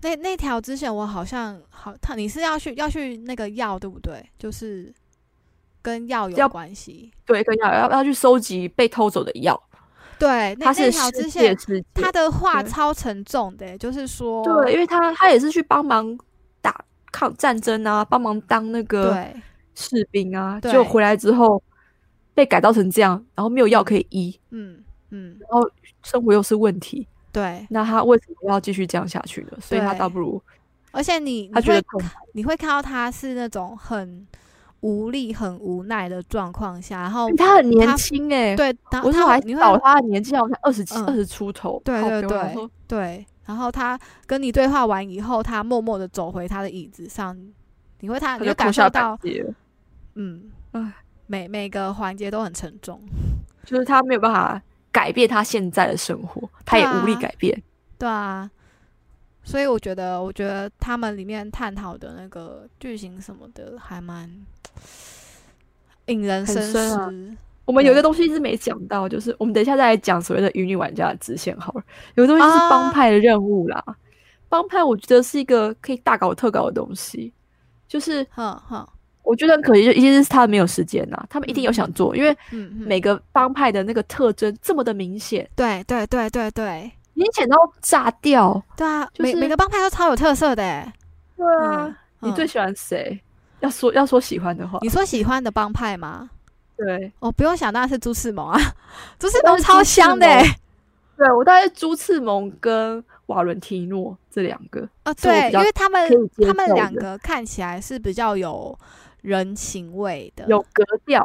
Speaker 4: 那那条之前我好像好，他你是要去要去那个药对不对？就是跟药有
Speaker 2: 要
Speaker 4: 关系。
Speaker 2: 对，跟要要要去收集被偷走的药，
Speaker 4: 对，那
Speaker 2: 它
Speaker 4: 那
Speaker 2: 是
Speaker 4: 条
Speaker 2: 世
Speaker 4: 之
Speaker 2: 界
Speaker 4: 前
Speaker 2: 世界。
Speaker 4: 他的话
Speaker 2: 对
Speaker 4: 超沉重的欸、就是说
Speaker 2: 对，因为他他也是去帮忙打抗战争啊，帮忙当那个
Speaker 4: 对
Speaker 2: 士兵啊，
Speaker 4: 对
Speaker 2: 就回来之后被改造成这样，然后没有药可以医，
Speaker 4: 嗯嗯
Speaker 2: 生活又是问题，
Speaker 4: 对，
Speaker 2: 那他为什么要继续这样下去呢？所以他
Speaker 4: 对
Speaker 2: 倒不如
Speaker 4: 而且你你
Speaker 2: 他觉得
Speaker 4: 会
Speaker 2: 痛苦
Speaker 4: 你会看到他是那种很无力、很无奈的状况下，然后
Speaker 2: 他很年
Speaker 4: 他
Speaker 2: 轻哎、
Speaker 4: 对，然后
Speaker 2: 我那
Speaker 4: 他
Speaker 2: 时候还
Speaker 4: 你会
Speaker 2: 找他的年纪好像二十七、
Speaker 4: 嗯
Speaker 2: 二十出头，
Speaker 4: 对
Speaker 2: 靠
Speaker 4: 对
Speaker 2: 北我想
Speaker 4: 对
Speaker 2: 说
Speaker 4: 对，然后他跟你对话完以后，他默默的走回他的椅子上，你会他你
Speaker 2: 他就
Speaker 4: 会感
Speaker 2: 哭笑
Speaker 4: 受
Speaker 2: 感
Speaker 4: 到
Speaker 2: 激了
Speaker 4: 嗯
Speaker 2: 唉，
Speaker 4: 每每个环节都很沉重。
Speaker 2: 就是他没有办法改变他现在的生活，他也无
Speaker 4: 对
Speaker 2: 力
Speaker 4: 啊
Speaker 2: 改变。
Speaker 4: 对啊，所以我觉得，我觉得他们里面探讨的那个剧情什么的，还蛮引人
Speaker 2: 很
Speaker 4: 深思。
Speaker 2: 深啊我们有一
Speaker 4: 对
Speaker 2: 个东西一直没讲到，就是我们等一下再来讲所谓的愚女玩家的支线好了。有个东西是帮
Speaker 4: 啊
Speaker 2: 派的任务啦，帮派我觉得是一个可以大搞特搞的东西，就是
Speaker 4: 哼哼，
Speaker 2: 我觉得很可惜，就一定是他们没有时间呐、他们一定有
Speaker 4: 嗯
Speaker 2: 想做，因为
Speaker 4: 嗯，嗯
Speaker 2: 每个帮派的那个特征这么的明显，
Speaker 4: 对对对对对
Speaker 2: 明显到炸掉。
Speaker 4: 对啊，
Speaker 2: 就
Speaker 4: 每每
Speaker 2: 是
Speaker 4: 个帮派都超有特色的欸。
Speaker 2: 对
Speaker 4: 啊
Speaker 2: 你
Speaker 4: 嗯
Speaker 2: 最喜欢谁？要说要说喜欢的话，
Speaker 4: 你说喜欢的帮派吗？
Speaker 2: 对
Speaker 4: 我不用想，当然是朱世蒙啊， *laughs* 朱世
Speaker 2: 我当
Speaker 4: 蒙
Speaker 2: 然是
Speaker 4: 超
Speaker 2: 朱
Speaker 4: 香
Speaker 2: 世
Speaker 4: 的欸
Speaker 2: 蒙对，我大概是朱次蒙跟瓦伦提诺这两个。
Speaker 4: 啊，
Speaker 2: 是我
Speaker 4: 对，
Speaker 2: 比较
Speaker 4: 因为他们
Speaker 2: 可以接
Speaker 4: 他们
Speaker 2: 受
Speaker 4: 两
Speaker 2: 的
Speaker 4: 个看起来是比较有人情味的，
Speaker 2: 有格调，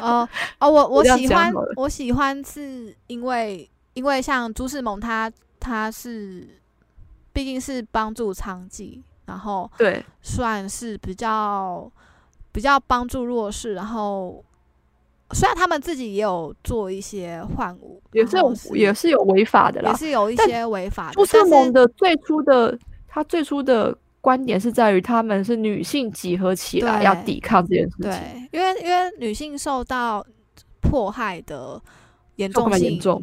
Speaker 4: 哦哦，我
Speaker 2: 我
Speaker 4: 我
Speaker 2: 这样
Speaker 4: 喜
Speaker 2: 讲
Speaker 4: 欢
Speaker 2: 好了
Speaker 4: 我喜欢是因为因为像朱世蒙他他是毕竟是帮助娼妓，然后
Speaker 2: 对，
Speaker 4: 算是比较比较帮助弱势，然后虽然他们自己也有做一些换舞，
Speaker 2: 也
Speaker 4: 然
Speaker 2: 是
Speaker 4: 后
Speaker 2: 有也是有违法的啦
Speaker 4: 哦也。是有一
Speaker 2: 但
Speaker 4: 些违法的，但
Speaker 2: 朱次
Speaker 4: 是
Speaker 2: 蒙的最初的他最初的观点是在于他们是女性集合起来
Speaker 4: 对
Speaker 2: 要抵抗这件事情，
Speaker 4: 对，因为因为女性受到迫害的严
Speaker 2: 这
Speaker 4: 重
Speaker 2: 么
Speaker 4: 性
Speaker 2: 严重。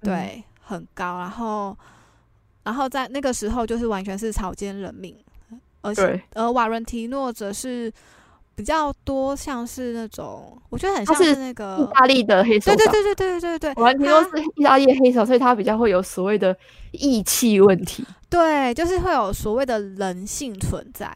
Speaker 2: 嗯，
Speaker 4: 对，很高。然后，然后在那个时候就是完全是草菅人命，而且
Speaker 2: 对，
Speaker 4: 而瓦伦提诺则是比较多像是那种，我觉得很
Speaker 2: 他
Speaker 4: 像是
Speaker 2: 是
Speaker 4: 那
Speaker 2: 意
Speaker 4: 个，
Speaker 2: 大利的黑手
Speaker 4: 对
Speaker 2: 党
Speaker 4: 对，对对对对对对啊
Speaker 2: 瓦伦提诺是意大利的黑手，所以他比较会有所谓的义气问题。
Speaker 4: 对，就是会有所谓的人性存在。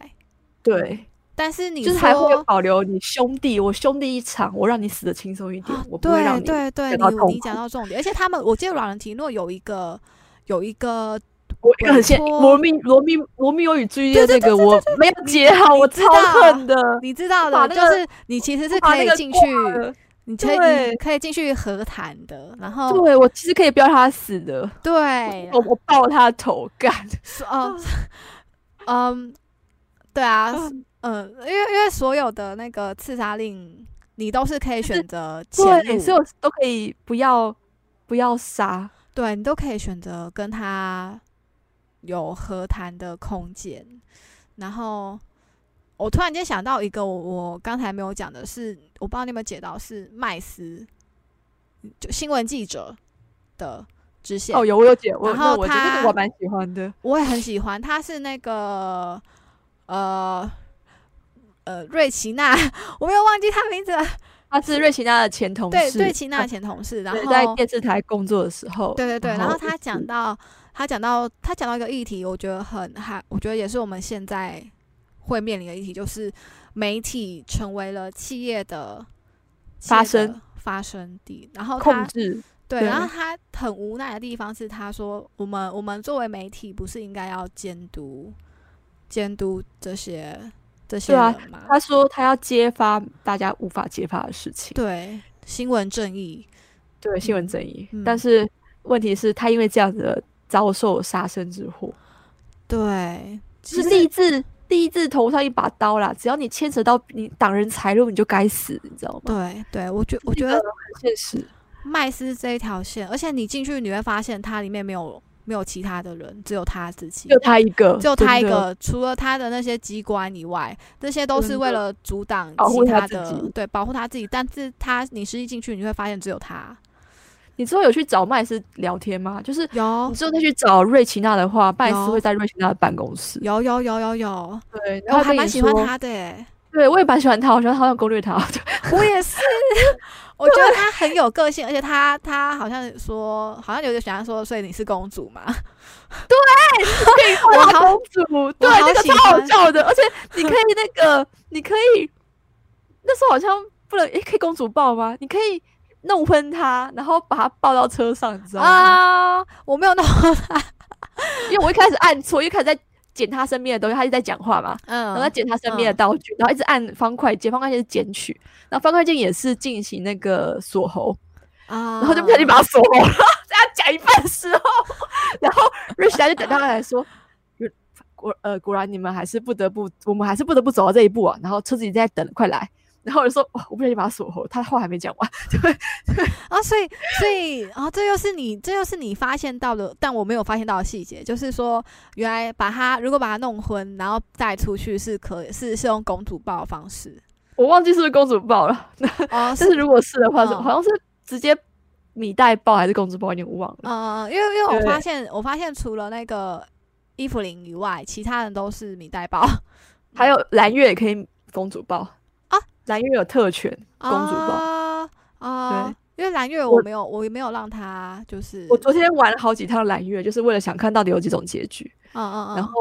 Speaker 2: 对，
Speaker 4: 但是你
Speaker 2: 就是还会
Speaker 4: 说
Speaker 2: 保留你兄弟，我兄弟一场，我让你死的轻松一点，
Speaker 4: 啊
Speaker 2: 我不会
Speaker 4: 对
Speaker 2: 让你。
Speaker 4: 对对，
Speaker 2: 感到痛
Speaker 4: 你你讲
Speaker 2: 苦
Speaker 4: 到重点，而且他们，我记得瓦伦提诺有一个有一个
Speaker 2: 我一个很
Speaker 4: 委
Speaker 2: 现
Speaker 4: 托
Speaker 2: 罗密罗密罗密欧与朱丽叶
Speaker 4: 对
Speaker 2: 这个我没有解好，
Speaker 4: 你
Speaker 2: 我
Speaker 4: 知
Speaker 2: 超
Speaker 4: 道
Speaker 2: 恨的。
Speaker 4: 你知道
Speaker 2: 把
Speaker 4: 的，就
Speaker 2: 那个
Speaker 4: 是你其实是
Speaker 2: 把
Speaker 4: 可
Speaker 2: 那
Speaker 4: 以
Speaker 2: 个
Speaker 4: 进去
Speaker 2: 挂，了
Speaker 4: 你可以
Speaker 2: 对
Speaker 4: 你可以进去和谈的，然后
Speaker 2: 对我其实可以不要他死的，
Speaker 4: 哦对，
Speaker 2: 我我爆他的头干。
Speaker 4: 是哦，嗯，对啊，
Speaker 2: 啊
Speaker 4: 嗯、因为因为所有的那个刺杀令，你都是可以选择前
Speaker 2: 对，
Speaker 4: 路，
Speaker 2: 所以我都可以不要不要杀。
Speaker 4: 对你都可以选择跟他有和谈的空间。然后我突然间想到一个我我刚才没有讲的是，我不知道你有没有解到，是麦斯，就新闻记者的支线
Speaker 2: 哦，有我有解，我
Speaker 4: 然
Speaker 2: 那
Speaker 4: 后
Speaker 2: 我觉得那
Speaker 4: 他
Speaker 2: 个我蛮喜欢的。
Speaker 4: 我也很喜欢，他是那个 *laughs* 呃呃瑞奇娜，我没有忘记他名字了，
Speaker 2: 他是瑞奇娜的前同
Speaker 4: 对
Speaker 2: 事，
Speaker 4: 对，其那
Speaker 2: 他
Speaker 4: 前同事，然
Speaker 2: 对在
Speaker 4: 后
Speaker 2: 电视台工作的时候，
Speaker 4: 对对对，然后他
Speaker 2: 一
Speaker 4: 讲
Speaker 2: 直
Speaker 4: 到他讲到他讲到一个议题，我觉得很还，我觉得也是我们现在会面临的议题，就是媒体成为了企业的企
Speaker 2: 发
Speaker 4: 业的
Speaker 2: 生
Speaker 4: 发生地，然后他
Speaker 2: 控制，
Speaker 4: 对，
Speaker 2: 对
Speaker 4: 然后他很无奈的地方是，他说我们我们作为媒体不是应该要监督监督这些这些
Speaker 2: 对啊
Speaker 4: 人吗？
Speaker 2: 他说他要揭发大家无法揭发的事情，
Speaker 4: 对，新闻正义，
Speaker 2: 对新闻争议。
Speaker 4: 嗯
Speaker 2: 但是问题是，他因为这样子而遭受杀身之祸，
Speaker 4: 对，其
Speaker 2: 就是
Speaker 4: 实
Speaker 2: 立志立志头上一把刀啦。只要你牵扯到你挡人财路，你就该死，你知道吗？
Speaker 4: 对对，我觉我
Speaker 2: 这
Speaker 4: 觉
Speaker 2: 个
Speaker 4: 得
Speaker 2: 很现实。
Speaker 4: 麦斯这一条线，而且你进去你会发现，它里面没有没有其他的人，只有他自己，
Speaker 2: 就他一个，
Speaker 4: 只有他一
Speaker 2: 真的，
Speaker 4: 个，除了他的那些机关以外，那些都是
Speaker 2: 真
Speaker 4: 为
Speaker 2: 的
Speaker 4: 了阻挡
Speaker 2: 保护
Speaker 4: 其
Speaker 2: 他
Speaker 4: 他
Speaker 2: 自
Speaker 4: 的，
Speaker 2: 己
Speaker 4: 对，保护他自己。但是他你实际进去，你会发现只有他
Speaker 2: 你之后有去找麦斯聊天吗？就是哦
Speaker 4: 有
Speaker 2: 你之后再去找瑞奇娜的话，麦斯
Speaker 4: 有
Speaker 2: 会在瑞奇娜的办公室。
Speaker 4: 有有有有有，
Speaker 2: 对，然
Speaker 4: 我
Speaker 2: 后
Speaker 4: 还
Speaker 2: 跟你
Speaker 4: 蛮喜欢
Speaker 2: 说，
Speaker 4: 他的
Speaker 2: *laughs*
Speaker 4: 诶，
Speaker 2: 对我也蛮喜欢他，我喜欢他好想攻略
Speaker 4: *laughs*
Speaker 2: 他。对
Speaker 4: 我也是，我觉得他很有个性，而且他他好像说，好像有点喜欢说，所以你是公主嘛？我
Speaker 2: 哇，
Speaker 4: 好
Speaker 2: 公主，对，
Speaker 4: 好
Speaker 2: 那个
Speaker 4: 喜
Speaker 2: 超好
Speaker 4: 欢
Speaker 2: 笑的，而且你
Speaker 4: *laughs*
Speaker 2: 可以那个，你可以那时候好像不能，诶，可以公主抱吗？你可以弄昏他，然后把他抱到车上，你知道吗？
Speaker 4: 啊， *laughs* 我没有弄他，
Speaker 2: 因为我一开始按错，一开始在捡他身边的东西，他一直在讲话嘛，然后在
Speaker 4: 嗯，
Speaker 2: 捡他身边的
Speaker 4: 嗯
Speaker 2: 道具，然后一直按方块键，方块键是捡取，然后方块键也是进行那个锁喉，
Speaker 4: 啊
Speaker 2: 然后就不小心把他锁喉了，在他讲一半的时候，然后瑞奇达就等他来说，果呃果然你们还是不得不，我们还是不得不走到这一步啊。然后车子已经在等了，快来。然后我就说，哦、我不小心把他锁喉，他话还没讲完。
Speaker 4: 啊，所以所以啊，这又是你这又是你发现到的，但我没有发现到的细节，就是说，原来把他如果把他弄昏，然后带出去是可是是用公主抱的方式
Speaker 2: *laughs* 我忘记是不是公主抱了，
Speaker 4: *laughs* 哦，
Speaker 2: 但是如果是的话，是
Speaker 4: 嗯
Speaker 2: 好像是直接米袋抱还是公主抱，有点忘了。
Speaker 4: 嗯，因为因为我
Speaker 2: 对
Speaker 4: 发现我发现除了那个伊芙琳以外，其他人都是米袋包
Speaker 2: 还有蓝月也可以公主抱
Speaker 4: 啊，
Speaker 2: 蓝月有特权， *laughs* 公主抱。
Speaker 4: 啊啊，因为蓝月
Speaker 2: 我
Speaker 4: 我没有我也没有让他就是
Speaker 2: 我昨天玩了好几趟蓝月，就是为了想看到底有几种结局。
Speaker 4: 嗯嗯嗯，
Speaker 2: 然后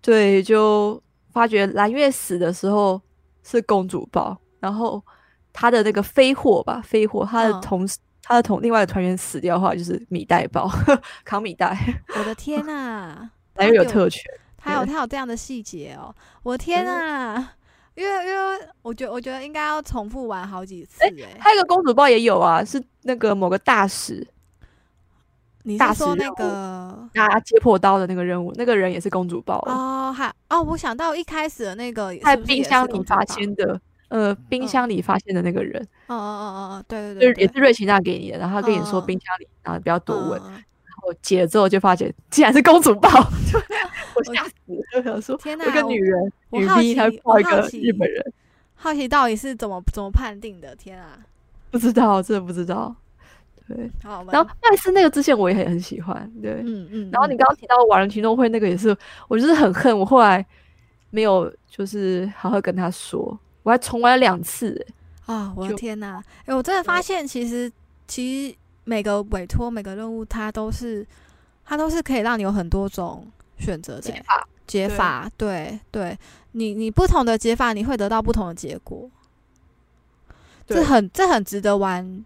Speaker 2: 对，就发觉蓝月死的时候是公主抱，然后她的那个飞火吧，飞火，她的
Speaker 4: 嗯
Speaker 2: 同事、她的同另外的团员死掉的话，就是米袋包 *laughs* 扛米袋，
Speaker 4: 我的天呐、
Speaker 2: 蓝月有
Speaker 4: 对
Speaker 2: 特权，
Speaker 4: 他有
Speaker 2: 对
Speaker 4: 他有这样的细节哦，我天啊！因为因为我觉得我觉得应该要重复玩好几次哎、
Speaker 2: 还有一个公主抱也有啊，是那个某个大使
Speaker 4: 你
Speaker 2: 大
Speaker 4: 是
Speaker 2: 使
Speaker 4: 说那
Speaker 2: 任务
Speaker 4: 个
Speaker 2: 拿解剖刀的那个任务，那个人也是公主抱啊，
Speaker 4: 啊哦，还哦，我想到一开始的那个是
Speaker 2: 在
Speaker 4: 不是
Speaker 2: 冰
Speaker 4: 也是
Speaker 2: 箱
Speaker 4: 公
Speaker 2: 里
Speaker 4: 主
Speaker 2: 发
Speaker 4: 抱
Speaker 2: 现的。呃，冰
Speaker 4: 嗯
Speaker 2: 箱里发现的那个人，
Speaker 4: 嗯嗯嗯嗯嗯，对
Speaker 2: 就
Speaker 4: 对
Speaker 2: 是
Speaker 4: 对
Speaker 2: 也
Speaker 4: 对，
Speaker 2: 是瑞奇娜给你的，然后他跟你说
Speaker 4: 嗯
Speaker 2: 冰箱里，然后不要多问，
Speaker 4: 嗯嗯嗯
Speaker 2: 我解了之后就发现竟然是公主
Speaker 4: *laughs*
Speaker 2: 抱，就我吓死了，我想说
Speaker 4: 天哪
Speaker 2: 有一个女人，
Speaker 4: 我
Speaker 2: 女
Speaker 4: 好奇
Speaker 2: B 她抱一
Speaker 4: 我好
Speaker 2: 个
Speaker 4: 奇
Speaker 2: 日本人，
Speaker 4: 好奇到底是怎么怎么判定的？天啊！
Speaker 2: 不知道，真的不知道。对，
Speaker 4: 好，我们
Speaker 2: 然后麦斯那个之前我也很很喜欢，对。
Speaker 4: 嗯嗯，
Speaker 2: 然后你刚刚提到瓦伦提诺会那个也是，我就是很恨，我后来没有就是好好跟他说，我还重玩了两次、欸
Speaker 4: 啊、我的
Speaker 2: 就
Speaker 4: 天呐！哎、我真的发
Speaker 2: 对
Speaker 4: 现，其实其实每个委托、每个任务，它都是它都是可以让你有很多种选择的
Speaker 2: 解
Speaker 4: 欸
Speaker 2: 法
Speaker 4: 解
Speaker 2: 对
Speaker 4: 法。对对，你你不同的解法，你会得到不同的结果。这
Speaker 2: 对
Speaker 4: 很这很值得玩。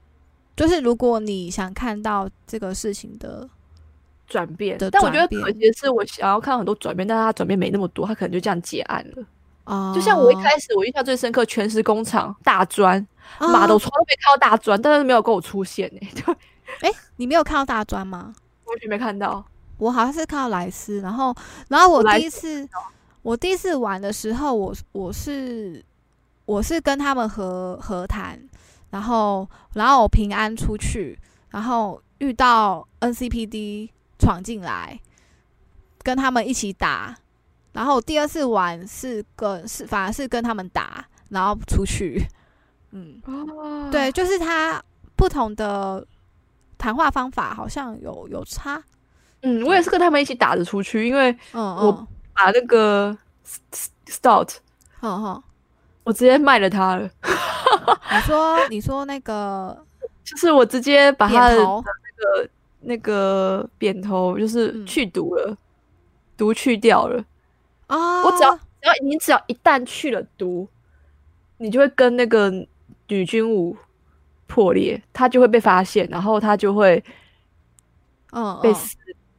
Speaker 4: 就是如果你想看到这个事情的，
Speaker 2: 转变
Speaker 4: 的。
Speaker 2: 但我觉得
Speaker 4: 转变
Speaker 2: 可惜的是，我想要看到很多转变，但是他转变没那么多，他可能就这样结案了。
Speaker 4: 哦，
Speaker 2: 就像我一开始我印象最深刻，全是工厂大专。妈的，
Speaker 4: 哦
Speaker 2: 我从来没看到大专，但是没有跟我出现 *laughs* 呢、对，
Speaker 4: 你没有看到大专吗？
Speaker 2: 完全没看到。
Speaker 4: 我好像是看到莱斯，然后然后我
Speaker 2: 莱哦
Speaker 4: 第一次我第一次玩的时候，我我是我是跟他们和和谈，然后然后我平安出去，然后遇到 NCPD 闯进来，跟他们一起打，然后第二次玩是跟是反而是跟他们打，然后出去，嗯，
Speaker 2: 哦
Speaker 4: 对，，就是他不同的谈话方法好像有有差，
Speaker 2: 嗯，我也是跟他们一起打着出去，因为
Speaker 4: 嗯
Speaker 2: 我
Speaker 4: 嗯
Speaker 2: 把那个 stout，
Speaker 4: 嗯嗯。
Speaker 2: 我我直接卖了他了，
Speaker 4: 你说你说那个
Speaker 2: 就是我直接把他
Speaker 4: 扁
Speaker 2: 的
Speaker 4: 头，
Speaker 2: 那个扁头就是
Speaker 4: 嗯
Speaker 2: 去毒了，毒去掉了。
Speaker 4: 啊，
Speaker 2: 我只要只要你只要一旦去了毒，你就会跟那个女军武破裂，他就会被发现，然后他就会
Speaker 4: 嗯
Speaker 2: 被
Speaker 4: 嗯
Speaker 2: 撕，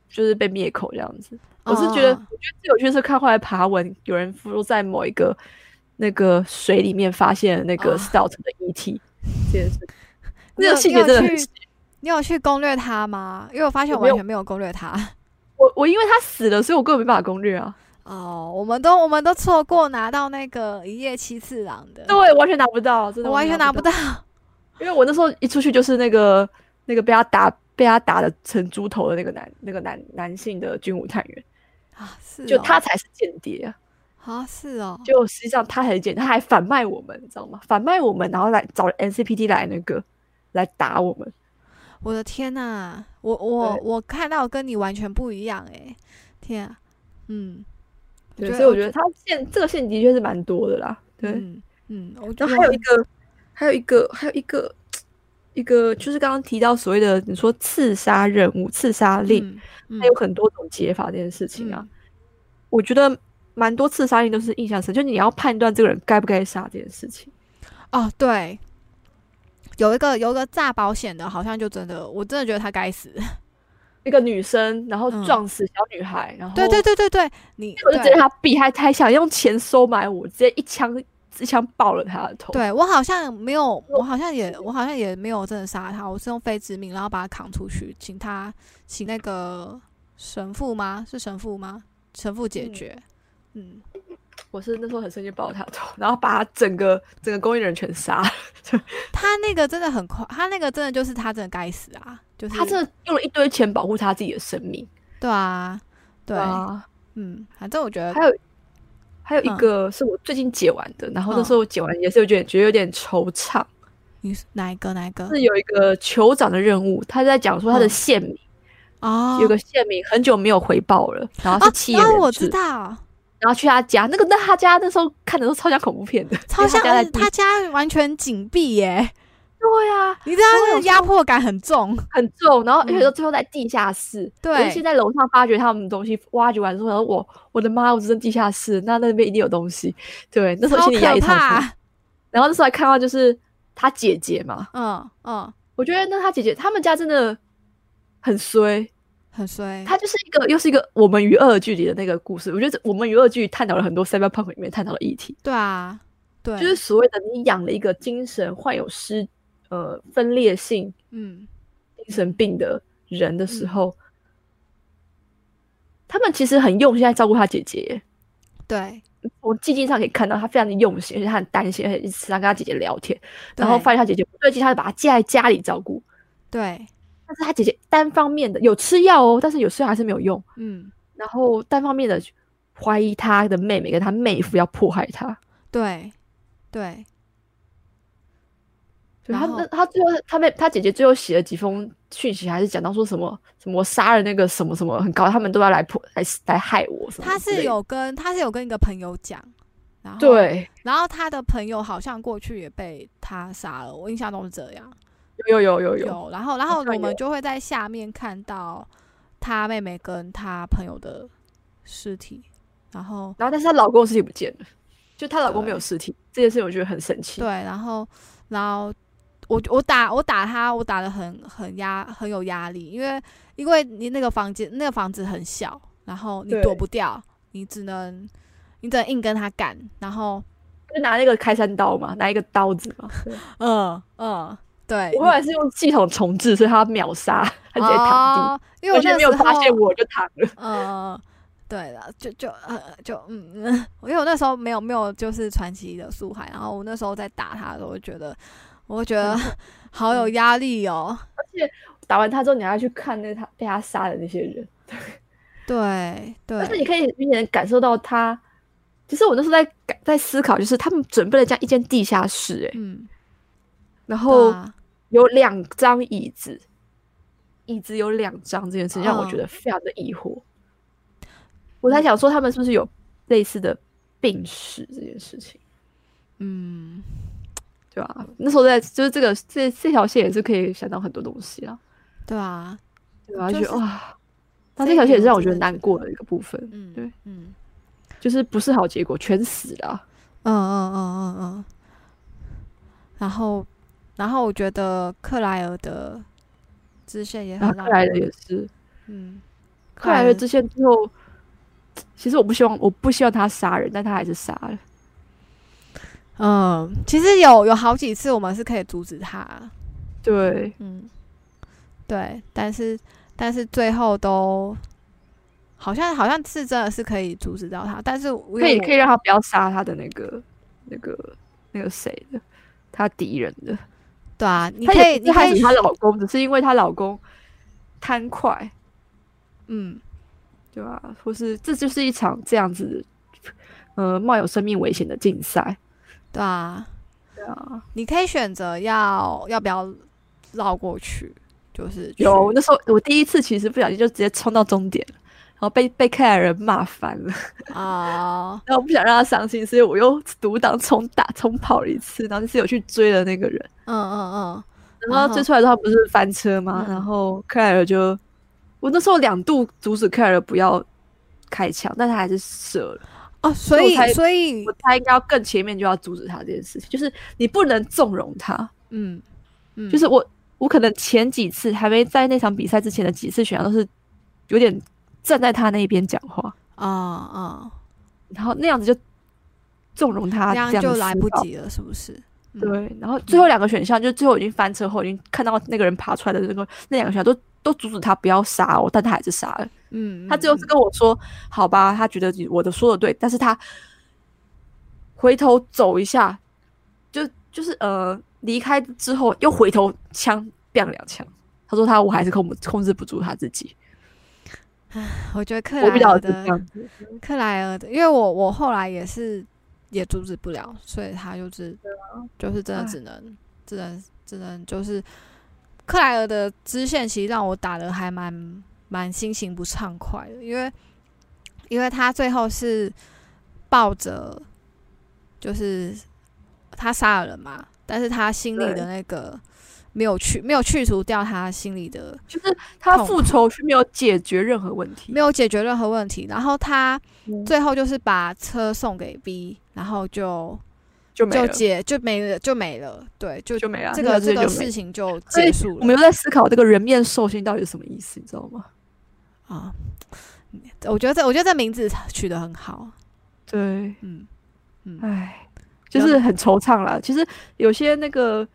Speaker 2: 就是被灭口这样子。
Speaker 4: 嗯
Speaker 2: 我是觉得，
Speaker 4: 嗯
Speaker 2: 我觉得最有趣是看后来爬文，有人说在某一个那个水里面发现了那个
Speaker 4: 啊
Speaker 2: stout 的遗体，
Speaker 4: *laughs*
Speaker 2: 这件事，
Speaker 4: 你
Speaker 2: 那
Speaker 4: 有
Speaker 2: 个细
Speaker 4: 你
Speaker 2: 节
Speaker 4: 有
Speaker 2: 真的很
Speaker 4: 去你有去攻略他吗？因为我发现
Speaker 2: 我
Speaker 4: 我
Speaker 2: 没
Speaker 4: 完
Speaker 2: 有
Speaker 4: 全没有攻略他。 *laughs*
Speaker 2: 我我因为他死了，所以我根本没办法攻略啊。
Speaker 4: 哦，我们都我们都错过拿到那个一夜七次郎的，
Speaker 2: 对，啊完全拿不到，真
Speaker 4: 嗯
Speaker 2: 的
Speaker 4: 我完全拿不
Speaker 2: 到。
Speaker 4: 到。
Speaker 2: 因为我那时候一出去就是那个那个被他打被他打的成猪头的那个男那个男男性的军武探员，
Speaker 4: *laughs* 啊，是、哦、
Speaker 2: 就他才是间谍啊！
Speaker 4: 啊，是哦，
Speaker 2: 就实际上他才是间谍，他还反卖我们，你知道吗？反卖我们，然后来找 NCPD 来那个来打我们。
Speaker 4: 我的天呐、我我
Speaker 2: 对
Speaker 4: 我看到跟你完全不一样哎、天啊，嗯，
Speaker 2: 对，
Speaker 4: 觉得
Speaker 2: 所以我
Speaker 4: 我
Speaker 2: 觉得他现这个线的确是蛮多的啦。对，
Speaker 4: 嗯嗯，我觉
Speaker 2: 然
Speaker 4: 得
Speaker 2: 后还有一个还有一个还有一个一个就是刚刚提到所谓的你说刺杀任务、刺杀令，
Speaker 4: 嗯嗯
Speaker 2: 它有很多种解法这件事情啊。我觉得蛮多刺杀令都是印象深，就你要判断这个人该不该杀这件事情。
Speaker 4: 哦，对，有一个有一个炸保险的，好像就真的，我真的觉得他该死。
Speaker 2: 一个女生，然后
Speaker 4: 嗯
Speaker 2: 撞死小女孩，然后
Speaker 4: 对对，对对对，你
Speaker 2: 我就觉得
Speaker 4: 对
Speaker 2: 她避开太想用钱收买我，直接一枪一枪爆了她的头。，
Speaker 4: 对我好像没有，我好像也我好像也没有真的杀他，我是用非致命，然后把他扛出去，请他请那个神父吗？是神父吗？神父解
Speaker 2: 嗯
Speaker 4: 决。嗯，
Speaker 2: 我是那时候很生气，爆了她的头，然后把她整个整个公益人全杀了。
Speaker 4: 他那个真的很快，他那个真的就是他真的该死啊，就是
Speaker 2: 她真的用了一堆钱保护她自己的生命。
Speaker 4: 对啊，对，
Speaker 2: 啊，
Speaker 4: 嗯，反正我觉得
Speaker 2: 还有还有一
Speaker 4: 嗯
Speaker 2: 个是我最近解完的，然后那
Speaker 4: 嗯
Speaker 2: 时候我解完也是有点觉得有点惆怅。
Speaker 4: 你是哪一个哪一个
Speaker 2: 是有一个酋长的任务，他在讲说他的
Speaker 4: 嗯
Speaker 2: 县民、
Speaker 4: 哦，
Speaker 2: 有个县民很久没有回报了，然后
Speaker 4: 啊
Speaker 2: 是七，眼
Speaker 4: 哦，
Speaker 2: 人
Speaker 4: 我
Speaker 2: 质
Speaker 4: 知道，
Speaker 2: 然后去他家，那个那他家那时候看的都超像恐怖片的，
Speaker 4: 超像
Speaker 2: 因为他家在
Speaker 4: 嗯
Speaker 2: 地
Speaker 4: 他家完全紧闭耶，
Speaker 2: 对啊，
Speaker 4: 你知道那个压迫感很重，
Speaker 2: 很重，然后而
Speaker 4: 嗯
Speaker 2: 且都最后在地下室，我就
Speaker 4: 对
Speaker 2: 先在楼上发掘他们的东西，挖掘完之后，然后我我的妈，我真的地下室，那那边一定有东西，对，那时候
Speaker 4: 超
Speaker 2: 心理压
Speaker 4: 可
Speaker 2: 力超大，
Speaker 4: 怕，
Speaker 2: 然后那时候还看到就是他姐姐嘛，
Speaker 4: 嗯嗯，
Speaker 2: 我觉得那他姐姐他们家真的很衰，
Speaker 4: 很衰，
Speaker 2: 它就是一个又是一个我们与恶的距离的那个故事。我觉得我们与恶距离探讨了很多 cyberpunk 里面探讨的议题，
Speaker 4: 对啊，对，
Speaker 2: 就是所谓的你养了一个精神患有失呃分裂性
Speaker 4: 嗯
Speaker 2: 精神病的人的时候，他们其实很用心在照顾他姐姐耶。
Speaker 4: 对，
Speaker 2: 我寂静上可以看到他非常的用心，而且他很担心，而且一直时常跟他姐姐聊天，然后
Speaker 4: 对
Speaker 2: 发现他姐姐不对劲，他就把他寄在家里照顾。
Speaker 4: 对，
Speaker 2: 但是他姐姐单方面的有吃药哦，但是有吃药还是没有用。
Speaker 4: 嗯
Speaker 2: 然后单方面的怀疑他的妹妹跟他妹夫要迫害他，
Speaker 4: 对对，
Speaker 2: 对
Speaker 4: 然
Speaker 2: 他
Speaker 4: 后
Speaker 2: 那他最后他妹他姐姐最后写了几封讯息，还是讲到说什么什么我杀了那个什么什么很高，他们都要来迫来来害我什么
Speaker 4: 他
Speaker 2: 之类
Speaker 4: 是
Speaker 2: 的
Speaker 4: 有跟他是有跟一个朋友讲，然后，
Speaker 2: 对
Speaker 4: 然后他的朋友好像过去也被他杀了，我印象中是这样。
Speaker 2: 有有有有有
Speaker 4: 有，然后然后
Speaker 2: 好像
Speaker 4: 我们
Speaker 2: 有
Speaker 4: 就会在下面看到他妹妹跟他朋友的尸体，然后
Speaker 2: 然后但是她老公的尸体不见了，就她老公
Speaker 4: 对
Speaker 2: 没有尸体这件事，我觉得很神奇。
Speaker 4: 对，然后然后我我打我打他，我打的很很压很有压力，因为因为你那个房间那个房子很小，然后你
Speaker 2: 对
Speaker 4: 躲不掉，你只能你只能硬跟他干，然后
Speaker 2: 就拿那个开山刀嘛，拿一个刀子嘛。对
Speaker 4: 嗯嗯对，
Speaker 2: 我后来是用系统重置，所以他秒杀，他直接躺地，
Speaker 4: 哦，因为我
Speaker 2: 而且
Speaker 4: 那
Speaker 2: 没有
Speaker 4: 时
Speaker 2: 发
Speaker 4: 候
Speaker 2: 现我就躺了。
Speaker 4: 呃，对了，就就呃就嗯，嗯 *laughs* 因为我那时候没有没有就是传奇的苏海，然后我那时候在打他的时候，我觉得我觉得好
Speaker 2: 嗯
Speaker 4: 有压力哦。
Speaker 2: 打完他之后，你还要去看那他被他杀的那些人。
Speaker 4: 对
Speaker 2: 但是你
Speaker 4: 对，
Speaker 2: 可以明显地感受到他，其实我那时候在感在思考，就是他们准备了这样一间地下室、欸，
Speaker 4: 嗯，对
Speaker 2: 然后
Speaker 4: 啊
Speaker 2: 有两张椅子，椅子有两张这件事情让我
Speaker 4: 嗯
Speaker 2: 觉得非常的疑惑。我在想说他们是不是有类似的病史这件事情，
Speaker 4: 嗯，
Speaker 2: 对吧、那时候在就是这个这这条线也是可以想到很多东西啊，
Speaker 4: 对啊，
Speaker 2: 对吧、
Speaker 4: 就
Speaker 2: 就是觉得哇，那
Speaker 4: 这
Speaker 2: 这
Speaker 4: 一
Speaker 2: 条线也
Speaker 4: 点
Speaker 2: 是让
Speaker 4: 我
Speaker 2: 我觉
Speaker 4: 真的
Speaker 2: 得难
Speaker 4: 觉
Speaker 2: 过的一个部分，
Speaker 4: 嗯，
Speaker 2: 对，
Speaker 4: 嗯，
Speaker 2: 就是不是好结果，全死了啊。
Speaker 4: 嗯嗯嗯嗯嗯。然后，然后我觉得克莱尔的支线也很
Speaker 2: 然后
Speaker 4: 让
Speaker 2: 啊克莱
Speaker 4: 人
Speaker 2: 尔也是，
Speaker 4: 嗯，
Speaker 2: 克莱尔
Speaker 4: 支
Speaker 2: 之前最后，其实我不希望我不希望他杀人，但他还是杀了。
Speaker 4: 嗯，其实有有好几次我们是可以阻止他，
Speaker 2: 对，
Speaker 4: 嗯，对，但是但是最后都好像好像是真的是可以阻止到他，但是可
Speaker 2: 可以可以让他不要杀他的那个那个那个谁的，他敌人的。
Speaker 4: 对啊，你
Speaker 2: 她
Speaker 4: 可
Speaker 2: 也
Speaker 4: 以
Speaker 2: 不
Speaker 4: 你
Speaker 2: 是
Speaker 4: 可
Speaker 2: 害
Speaker 4: 以
Speaker 2: 死她老公，只是因为她老公贪快，
Speaker 4: 嗯
Speaker 2: 对吧、或是这就是一场这样子，呃，冒有生命危险的竞赛。
Speaker 4: 对啊，
Speaker 2: 对啊，
Speaker 4: 你可以选择要要不要绕过去，就是去
Speaker 2: 有那时候我第一次其实不小心就直接冲到终点了，然后被被克莱尔人骂翻了。
Speaker 4: 啊。
Speaker 2: 然后我不想让他伤心，所以我又独当冲打冲跑了一次，然后这次有去追了那个人，
Speaker 4: 嗯嗯
Speaker 2: 然后追出来之后他不是翻车吗？
Speaker 4: 嗯
Speaker 2: 然后克莱尔就，我那时候两度阻止克莱尔不要开枪，但他还是射了。
Speaker 4: 嗯，哦，所
Speaker 2: 以
Speaker 4: 以
Speaker 2: 我才
Speaker 4: 所以
Speaker 2: 我猜应该要更前面就要阻止他这件事情，就是你不能纵容他，
Speaker 4: 嗯嗯，
Speaker 2: 就是我我可能前几次还没在那场比赛之前的几次选项都是有点站在他那一边讲话，
Speaker 4: 啊啊，
Speaker 2: 然后那样子就纵容他
Speaker 4: 这
Speaker 2: 啊这样
Speaker 4: 样
Speaker 2: 的
Speaker 4: 就来
Speaker 2: 思
Speaker 4: 不
Speaker 2: 考
Speaker 4: 及了，是不是？嗯
Speaker 2: 对，然后最后两个选项，就最后已经翻车后，已经看到那个人爬出来的那个那两个选项都都阻止他不要杀我，但他还是杀了。
Speaker 4: 嗯，
Speaker 2: 他最后是跟我说：“好吧，他觉得你我的说的对，但是他回头走一下，就就是呃离开之后又回头枪 b 两枪。”他说他我还是控控制不住他自己，
Speaker 4: 我觉得克
Speaker 2: 我
Speaker 4: 莱
Speaker 2: 比较
Speaker 4: 尔
Speaker 2: 是这
Speaker 4: 的
Speaker 2: 样子。
Speaker 4: 克莱尔的，因为我我后来也是也阻止不了，所以他就是就是真的
Speaker 2: 啊唉
Speaker 4: 只能只能只能就是克莱尔的支线，其实让我打的还蛮蛮心情不畅快的，因为因为他最后是抱着就是他杀了人嘛，但是他心里
Speaker 2: 对
Speaker 4: 的那个没有去没有去除掉他心里的
Speaker 2: 就是他
Speaker 4: 痛
Speaker 2: 复仇却没有解决任何问题，
Speaker 4: 没有解决任何问题，然后他
Speaker 2: 嗯
Speaker 4: 最后就是把车送给 B，然后就
Speaker 2: 就没
Speaker 4: 就
Speaker 2: 了，
Speaker 4: 解就没了就没了，对，就
Speaker 2: 就没了。
Speaker 4: 这
Speaker 2: 那
Speaker 4: 个
Speaker 2: 直
Speaker 4: 这
Speaker 2: 接
Speaker 4: 个
Speaker 2: 就没
Speaker 4: 事情就
Speaker 2: 所以
Speaker 4: 结束
Speaker 2: 我们
Speaker 4: 了
Speaker 2: 又在思考这个人面兽心到底是什么意思，你知道吗？
Speaker 4: 啊。我觉得这我觉得这名字取得很好，
Speaker 2: 对，
Speaker 4: 嗯嗯
Speaker 2: 唉，就是很惆怅啦。其实有些那个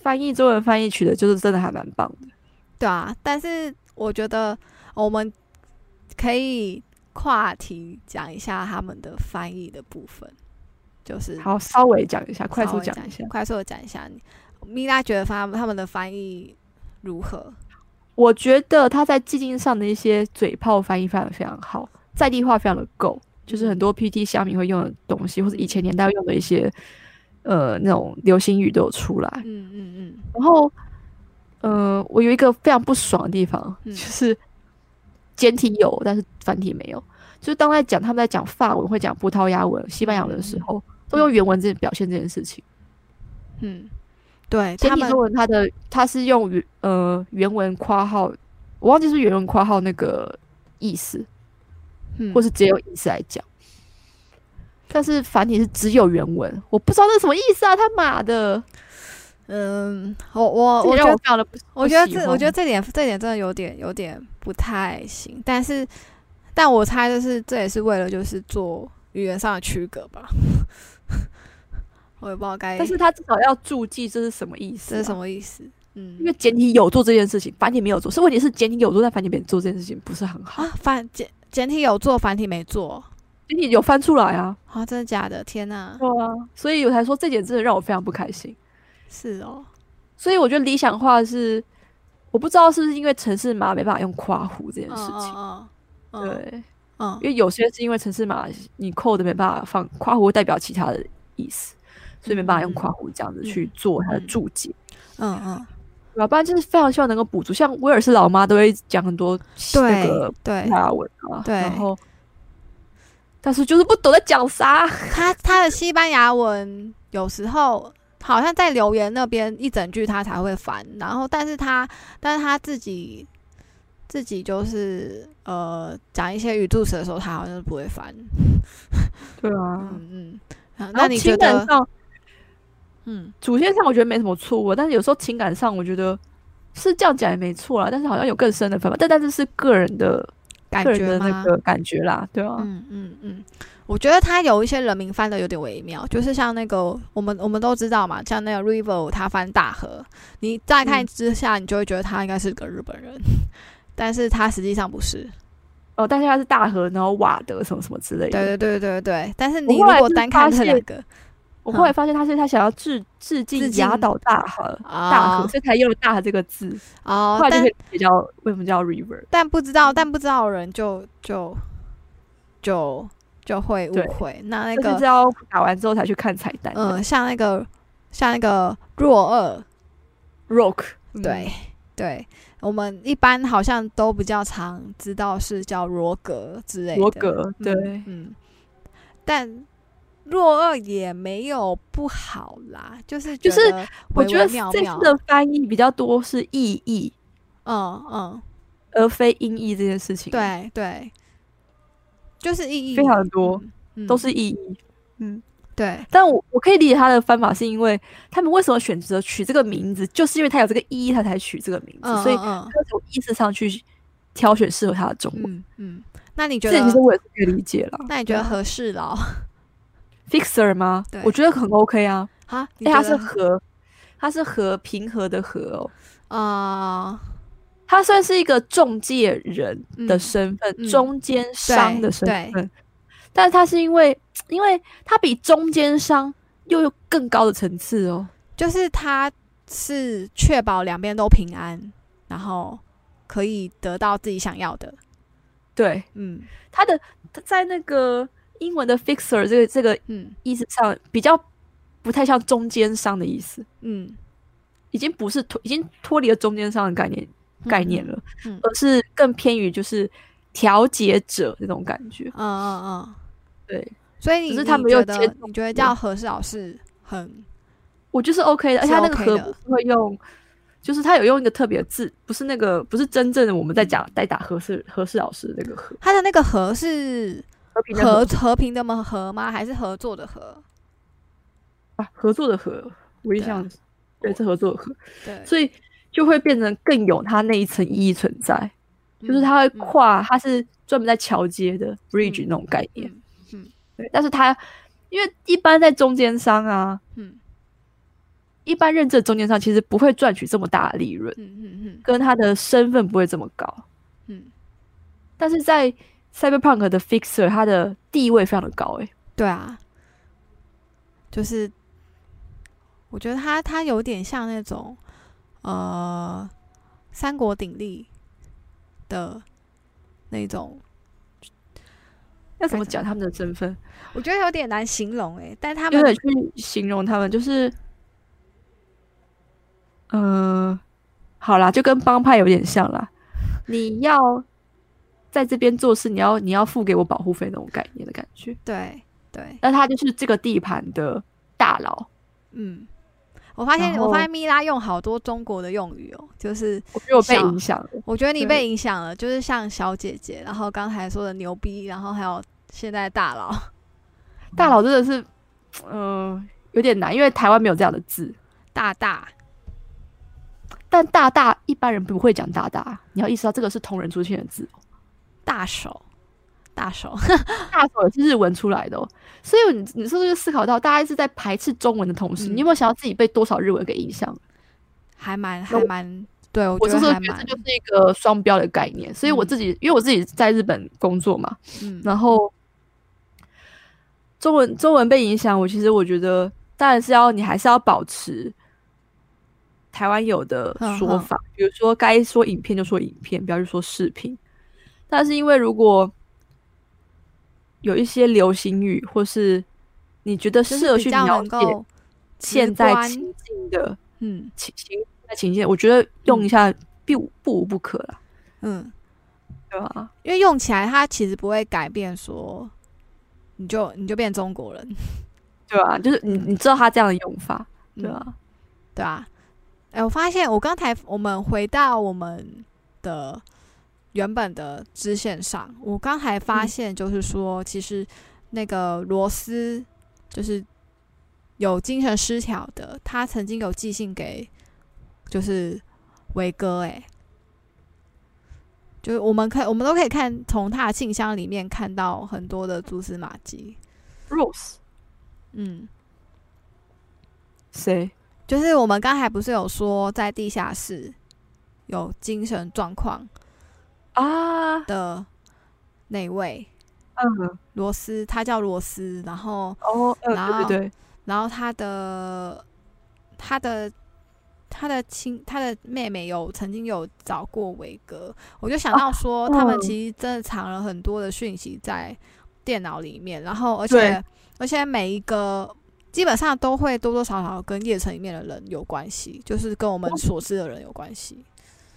Speaker 2: 翻译中文翻译取的，就是真的还蛮棒的。
Speaker 4: 对啊，但是我觉得我们可以跨题讲一下他们的翻译的部分，就是
Speaker 2: 好，稍微讲一下，快
Speaker 4: 稍
Speaker 2: 速
Speaker 4: 微
Speaker 2: 讲
Speaker 4: 讲
Speaker 2: 一下。
Speaker 4: 快速的讲一下，米拉觉得他们他们的翻译如何？
Speaker 2: 我觉得他在寂静上的一些嘴炮翻译翻的非常好，在地化非常的够，就是很
Speaker 4: 嗯
Speaker 2: 多 PT 虾米会用的东西，或者以前年代用的一些呃那种流行语都有出来。
Speaker 4: 嗯嗯嗯。
Speaker 2: 然后，呃，我有一个非常不爽的地方，
Speaker 4: 嗯
Speaker 2: *laughs* 就是简体有，但是繁体没有。就是当在讲他们在讲法文、会讲葡萄牙文、西班牙文的时候，都用原文这表现这件事情。
Speaker 4: 嗯，对
Speaker 2: 简
Speaker 4: 他
Speaker 2: 体
Speaker 4: 们
Speaker 2: 中文它的它是用原呃原文括号，我忘记是原文括号那个意思，
Speaker 4: 嗯
Speaker 2: 或是只有意思来讲。但是繁体是只有原文，我不知道这是什么意思啊！他妈的，
Speaker 4: 嗯，我我
Speaker 2: 这
Speaker 4: 我
Speaker 2: 让
Speaker 4: 觉
Speaker 2: 我
Speaker 4: 得
Speaker 2: 非常的不，
Speaker 4: 我觉得
Speaker 2: 不喜
Speaker 4: 这
Speaker 2: 欢
Speaker 4: 我觉得这点这点真的有点有点不太行，但是但我猜就是这也是为了就是做语言上的区隔吧， *laughs* 我也不知道该
Speaker 2: 但是他至少要注记这是什么意思、
Speaker 4: 哎这
Speaker 2: 啊。
Speaker 4: 是什么意思，嗯
Speaker 2: 因为简体有做这件事情，繁体没有做。是问题是简体有做，但繁体没做这件事情不是很好
Speaker 4: 啊。繁简简体有做，繁体没做，
Speaker 2: 简体有翻出来啊，
Speaker 4: 啊真的假的？天哪，
Speaker 2: 对啊，所以我才说这点真的让我非常不开心。
Speaker 4: 是哦，
Speaker 2: 所以我觉得理想化是，我不知道是不是因为城市码没办法用夸弧这件
Speaker 4: 嗯
Speaker 2: 事情，
Speaker 4: 嗯嗯嗯
Speaker 2: 对，
Speaker 4: 嗯
Speaker 2: 因为有些是因为城市码你扣的没办法放夸弧，代表其他的意思，所以没办法用夸弧这样子去做它的注解。
Speaker 4: 嗯嗯，
Speaker 2: 对啊吧？不然就是非常希望能够补足，像威尔士老妈都会讲很多那个
Speaker 4: 对对
Speaker 2: 葡，萄牙文啊，
Speaker 4: 对
Speaker 2: 然后但是就是不懂在讲啥，
Speaker 4: 他他的西班牙文有时候好像在留言那边一整句他才会烦，然后但是他但是他自己自己就是呃讲一些语助词的时候，他好像是不会烦。
Speaker 2: 对啊，
Speaker 4: 嗯嗯，啊
Speaker 2: 然
Speaker 4: 那
Speaker 2: 后
Speaker 4: 你觉
Speaker 2: 情感
Speaker 4: 得
Speaker 2: 上
Speaker 4: 嗯
Speaker 2: 主线上我觉得没什么错误，但是有时候情感上我觉得是这样讲也没错啦，但是好像有更深的方法，但但是是个人的
Speaker 4: 感
Speaker 2: 个人
Speaker 4: 觉
Speaker 2: 的
Speaker 4: 吗？
Speaker 2: 那个感觉啦，对啊，
Speaker 4: 嗯嗯嗯，我觉得他有一些人名翻的有点微妙，就是像那个我们我们都知道嘛，像那个 River 他翻大河，你乍看
Speaker 2: 嗯
Speaker 4: 之下你就会觉得他应该是个日本人， *laughs* 但是他实际上不是。
Speaker 2: 哦，但是它是大河，然后瓦德什么什么之类的。
Speaker 4: 对对对对对，但是
Speaker 2: 我
Speaker 4: 你如
Speaker 2: 后来
Speaker 4: 果
Speaker 2: 就是
Speaker 4: 单看
Speaker 2: 发
Speaker 4: 这两
Speaker 2: 现
Speaker 4: 个
Speaker 2: 我后来发现他是他想要致致
Speaker 4: 嗯致
Speaker 2: 敬
Speaker 4: 敬
Speaker 2: 雅岛大河。大河，
Speaker 4: 啊
Speaker 2: 所以才用了“大河”这个字，
Speaker 4: 哦
Speaker 2: 后，来
Speaker 4: 但
Speaker 2: 就嗯可以比较为什么叫 river？
Speaker 4: 但不知道但不知道的人就就就就会误
Speaker 2: 对
Speaker 4: 会。那那
Speaker 2: 就是
Speaker 4: 个
Speaker 2: 要打完之后才去看彩蛋。
Speaker 4: 嗯、像那个像那个若二，
Speaker 2: ，rock，嗯
Speaker 4: 对，对，我们一般好像都比较常知道是叫罗格之类的。
Speaker 2: 罗格，对，
Speaker 4: 嗯，但若二也没有不好啦，就是
Speaker 2: 就
Speaker 4: 觉
Speaker 2: 是
Speaker 4: 得
Speaker 2: 我
Speaker 4: 微
Speaker 2: 觉
Speaker 4: 微
Speaker 2: 得
Speaker 4: 妙
Speaker 2: 这
Speaker 4: 妙
Speaker 2: 次的翻译比较多是意义，
Speaker 4: 嗯嗯，
Speaker 2: 而非音译这件事情，，
Speaker 4: 对对，就是意义
Speaker 2: 非常多，
Speaker 4: 嗯
Speaker 2: 都
Speaker 4: 嗯
Speaker 2: 是意义。嗯，
Speaker 4: 对
Speaker 2: 但我我可以理解他的翻法，是因为他们为什么选择取这个名字，就是因为他有这个意义，他才取这个名字，
Speaker 4: 嗯，
Speaker 2: 所以
Speaker 4: 嗯
Speaker 2: 他从意思上去挑选适合他的中文。
Speaker 4: 嗯嗯，那你觉
Speaker 2: 这其实
Speaker 4: 得？嗯
Speaker 2: 我也是啊可以理解了。
Speaker 4: 那你觉得合适 *laughs* 了？
Speaker 2: fixer 吗
Speaker 4: 对？
Speaker 2: 我觉得很 OK 啊，
Speaker 4: 啊，你
Speaker 2: 因为
Speaker 4: 觉
Speaker 2: 它是
Speaker 4: 得
Speaker 2: 和，它是和平和的和哦，
Speaker 4: 啊，
Speaker 2: 他算是一个中介人的
Speaker 4: 嗯
Speaker 2: 身份，
Speaker 4: 嗯
Speaker 2: 中间商的身
Speaker 4: 对
Speaker 2: 份，但他是因为，因为他比中间商又有更高的层次哦。
Speaker 4: 就是他是确保两边都平安，然后可以得到自己想要的。
Speaker 2: 对，
Speaker 4: 嗯
Speaker 2: 他的他在那个英文的 fixer 这个这个
Speaker 4: 嗯
Speaker 2: 意思上，比较不太像中间商的意思，
Speaker 4: 嗯，
Speaker 2: 已经不是脱，已经脱离了中间商的概念概念了，
Speaker 4: 嗯嗯
Speaker 2: 而是更偏于就是调解者那种感觉。
Speaker 4: 嗯嗯嗯。
Speaker 2: 对
Speaker 4: 所以你
Speaker 2: 只是他
Speaker 4: 你
Speaker 2: 们
Speaker 4: 觉
Speaker 2: 又
Speaker 4: 得
Speaker 2: 接受
Speaker 4: 你觉得
Speaker 2: 了
Speaker 4: 叫何氏老师很
Speaker 2: 我就是 OK 的，而且
Speaker 4: 是
Speaker 2: 他那个
Speaker 4: OK
Speaker 2: 和
Speaker 4: 的
Speaker 2: 不是会用，就是他有用一个特别的字，不是那个不是真正的我们在讲在打和氏和氏老师的那个和
Speaker 4: 他的那个和是
Speaker 2: 和平的
Speaker 4: 和
Speaker 2: 和
Speaker 4: 和平的吗？和吗？还是合作的和？
Speaker 2: 啊合作的和，我印
Speaker 4: 对啊
Speaker 2: 象对是合作的和，
Speaker 4: 对，
Speaker 2: 所以就会变成更有它那一层意义存在，就是
Speaker 4: 嗯
Speaker 2: 它会
Speaker 4: 嗯
Speaker 2: 跨，它是专门在桥接的 bridge 那种概念，
Speaker 4: 嗯
Speaker 2: 对，但是它因为一般在中间商啊，
Speaker 4: 嗯
Speaker 2: 一般认证中间商其实不会赚取这么大的利润，
Speaker 4: 嗯嗯嗯
Speaker 2: 跟他的身份不会这么高。
Speaker 4: 嗯，
Speaker 2: 但是在 Cyberpunk 的 Fixer，它的地位非常的高、欸，
Speaker 4: 对啊，就是我觉得他他有点像那种呃三国鼎立的那种，
Speaker 2: 要怎么讲他们的身份？
Speaker 4: 我觉得有点难形容诶、但他
Speaker 2: 有
Speaker 4: 们
Speaker 2: 点去形容他们，就是，呃，好啦，就跟帮派有点像啦。你要在这边做事，你要你要付给我保护费那种概念的感觉。
Speaker 4: 对对，
Speaker 2: 那他就是这个地盘的大佬，
Speaker 4: 嗯，我发现
Speaker 2: 然
Speaker 4: 我发
Speaker 2: 后
Speaker 4: 现米拉用好多中国的用语哦，就是
Speaker 2: 我觉得我被
Speaker 4: 小
Speaker 2: 影响了。
Speaker 4: 我觉得你
Speaker 2: 对
Speaker 4: 被影响了，就是像小姐姐，然后刚才说的牛逼，然后还有现在大佬，
Speaker 2: 大佬真的是，呃，有点难，因为台湾没有这样的字。
Speaker 4: 大大，
Speaker 2: 但大大一般人不会讲大大，你要意识到这个是同人出现的字哦，
Speaker 4: 大手，大手，
Speaker 2: 大手也是日文出来的、哦，所以你你是不是就思考到，大家是在排斥中文的同时，
Speaker 4: 嗯
Speaker 2: 你有没有想到自己被多少日文给影响？
Speaker 4: *laughs* 还蛮
Speaker 2: 那
Speaker 4: 还
Speaker 2: 我
Speaker 4: 蛮，对我
Speaker 2: 我
Speaker 4: 觉
Speaker 2: 是
Speaker 4: 得
Speaker 2: 说，
Speaker 4: 还
Speaker 2: 觉得
Speaker 4: 蛮
Speaker 2: 这，就是一个双标的概念。所以我自己，因为我自己在日本工作嘛，
Speaker 4: 嗯
Speaker 2: 然后中文中文被影响，我其实我觉得当然是要你还是要保持台湾有的
Speaker 4: 哼
Speaker 2: 说
Speaker 4: 哼
Speaker 2: 法，比如说该说影片就说影片，不要去说视频。但是因为如果有一些流行语，或是你觉得
Speaker 4: 就
Speaker 2: 适
Speaker 4: 是
Speaker 2: 合
Speaker 4: 比
Speaker 2: 去
Speaker 4: 较
Speaker 2: 描
Speaker 4: 能
Speaker 2: 写
Speaker 4: 够，
Speaker 2: 现在
Speaker 4: 观
Speaker 2: 情境的
Speaker 4: 嗯
Speaker 2: 情情在情境，我觉得用一下必无不无不可啦，
Speaker 4: 嗯，
Speaker 2: 对吧、
Speaker 4: 因为用起来它其实不会改变说，你就你就变中国人，
Speaker 2: 对啊，就是你你知道他这样的用法，对
Speaker 4: 嗯
Speaker 2: 啊，
Speaker 4: 对啊，哎、我发现我刚才我们回到我们的原本的支线上，我刚才发
Speaker 2: 嗯
Speaker 4: 现就是说，其实那个罗斯就是有精神失调的，他曾经有寄信给就是维哥、哎。就是我们可我们都可以看从他的信箱里面看到很多的蛛丝马迹，
Speaker 2: Rose
Speaker 4: 嗯，
Speaker 2: 谁？
Speaker 4: 就是我们刚才不是有说在地下室有精神状况
Speaker 2: 啊，
Speaker 4: 的那位
Speaker 2: 嗯，
Speaker 4: 罗斯，他叫罗斯，然后
Speaker 2: 哦，
Speaker 4: 然
Speaker 2: 嗯，
Speaker 4: 后
Speaker 2: 对对对，
Speaker 4: 然后他的他的他的亲他的妹妹有曾经有找过伟哥，我就想到说他们
Speaker 2: 嗯
Speaker 4: 其实真的藏了很多的讯息在电脑里面，然后而
Speaker 2: 对
Speaker 4: 且而且每一个。基本上都会多多少少跟夜城里面的人有关系，就是跟我们
Speaker 2: 我
Speaker 4: 所知的人有关系。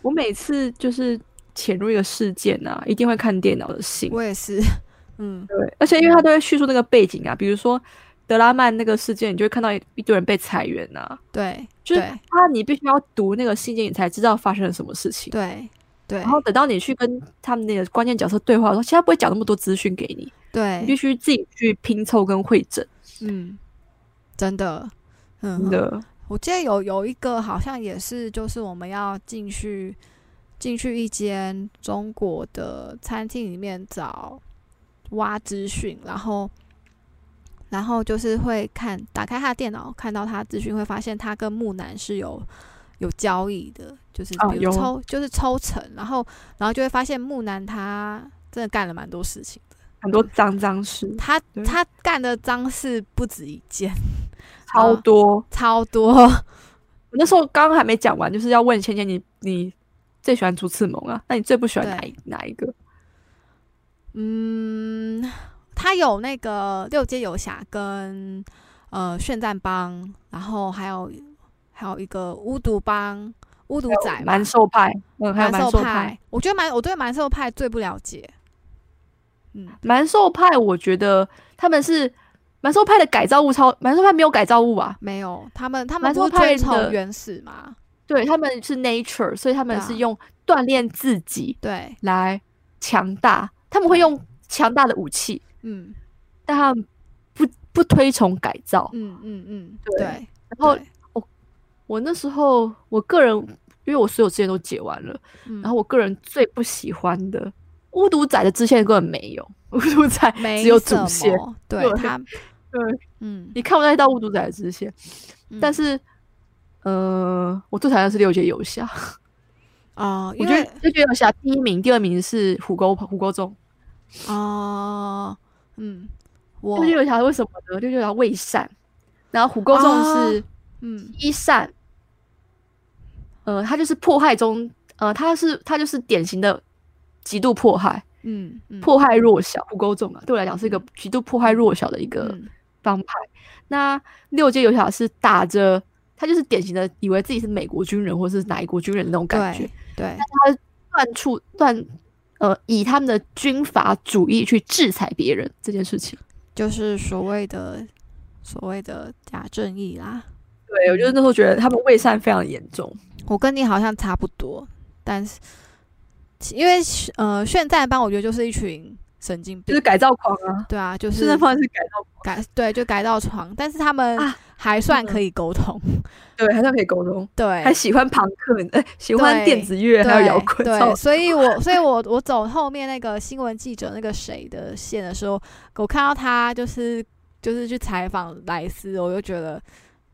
Speaker 2: 我每次就是潜入一个事件啊，一定会看电脑的信，
Speaker 4: 我也是， *laughs* 嗯，
Speaker 2: 对，而且因为他都会叙述那个背景啊，比如说德拉曼那个事件，你就会看到一一堆人被裁员啊，
Speaker 4: 对，
Speaker 2: 就是
Speaker 4: 对
Speaker 2: 他你必须要读那个信件，你才知道发生了什么事情。
Speaker 4: 对对
Speaker 2: 然后等到你去跟他们那个关键角色对话的时候，其实他不会讲那么多资讯给你，你必
Speaker 4: 对，
Speaker 2: 须自己去拼凑跟会诊
Speaker 4: 嗯，真的，嗯
Speaker 2: 真，的。
Speaker 4: 我记得有有一个好像也是，就是我们要进去进去一间中国的餐厅里面找挖资讯，然后然后就是会看打开他的电脑，看到他资讯，会发现他跟木南是有有交易的，就是
Speaker 2: 啊
Speaker 4: 比如
Speaker 2: 有
Speaker 4: 抽、就是抽成，然后然后就会发现木南他真的干了蛮多事情。
Speaker 2: 很多脏脏事，
Speaker 4: 他
Speaker 2: 对
Speaker 4: 他干的脏事不止一件，
Speaker 2: 超
Speaker 4: 啊
Speaker 2: 多。
Speaker 4: 超多。
Speaker 2: 我那时候刚刚还没讲完，就是要问芊芊你，你最喜欢朱次萌啊？那你最不喜欢哪一哪一个？
Speaker 4: 嗯，他有那个六街游侠跟呃炫战帮，然后还有还有一个巫毒帮、巫毒仔嘛、
Speaker 2: 蛮兽派，嗯，还有
Speaker 4: 蛮
Speaker 2: 蛮
Speaker 4: 兽
Speaker 2: 兽
Speaker 4: 派。。我觉得蛮我对蛮兽派最不了解。嗯，
Speaker 2: 蛮兽派，我觉得他们是蛮兽派的改造物超，蛮兽派没有改造物啊，
Speaker 4: 没有，他们他们
Speaker 2: 蛮
Speaker 4: 不
Speaker 2: 兽
Speaker 4: 是追
Speaker 2: 派
Speaker 4: 求
Speaker 2: 的
Speaker 4: 原始嘛？
Speaker 2: 对，他们是 nature，所以他们
Speaker 4: 对啊
Speaker 2: 是用锻炼自己
Speaker 4: 对，
Speaker 2: 来强大，他们会用强大的武器，
Speaker 4: 嗯
Speaker 2: 但他们不不推崇改造。
Speaker 4: 嗯嗯嗯，
Speaker 2: 对
Speaker 4: 对。
Speaker 2: 然后
Speaker 4: 对
Speaker 2: 我那时候，我个人因为我所有支线都解完了，
Speaker 4: 嗯
Speaker 2: 然后我个人最不喜欢的巫毒仔的支线根本没有， *laughs* 巫毒仔
Speaker 4: 没
Speaker 2: 只有
Speaker 4: 什
Speaker 2: 主线，
Speaker 4: 么，对
Speaker 2: 对
Speaker 4: 他，
Speaker 2: 对
Speaker 4: 嗯，
Speaker 2: 你看不太到巫毒仔的支线。但
Speaker 4: 嗯
Speaker 2: 是，呃，我最讨厌的是六阶游侠，
Speaker 4: 哦，
Speaker 2: 我
Speaker 4: 因
Speaker 2: 觉
Speaker 4: 为
Speaker 2: 得六阶游侠第一名，第二名是虎沟虎沟中。
Speaker 4: 哦，嗯，我
Speaker 2: 六阶游侠为什么呢？六阶游侠未善，然后虎沟中
Speaker 4: 啊
Speaker 2: 是
Speaker 4: 嗯
Speaker 2: 一善，呃，他就是迫害中，呃，他是他就是典型的极度迫害，
Speaker 4: 嗯嗯
Speaker 2: 迫害弱小，虎沟中啊，对我来讲是一个极度迫害弱小的一个。
Speaker 4: 嗯
Speaker 2: 帮派。那六阶游侠是打着他就是典型的以为自己是美国军人或是哪一国军人的那种感觉
Speaker 4: 对，对
Speaker 2: 乱处乱呃以他们的军阀主义去制裁别人这件事情。
Speaker 4: 就是所谓的所谓的假正义啦。
Speaker 2: 对，我就是那时候觉得他们未善非常严重。
Speaker 4: 我跟你好像差不多，但是其因为呃炫战帮我觉得就是一群神经
Speaker 2: 就
Speaker 4: 病
Speaker 2: 是，改造狂啊，
Speaker 4: 对啊，就
Speaker 2: 就是
Speaker 4: 是
Speaker 2: 那方面是改造
Speaker 4: 改对就改到床，但是他们
Speaker 2: 啊
Speaker 4: 还算
Speaker 2: 真的
Speaker 4: 可以沟通，
Speaker 2: 狂，对，还算可以沟通，
Speaker 4: 对，
Speaker 2: 还喜欢朋克，哎、喜欢
Speaker 4: 对
Speaker 2: 电子乐，还有摇滚，
Speaker 4: 对，
Speaker 2: 超
Speaker 4: 对所以我
Speaker 2: *laughs*
Speaker 4: 所以我我走后面那个新闻记者那个谁的线的时候，我看到他就是就是去采访莱斯，我就觉得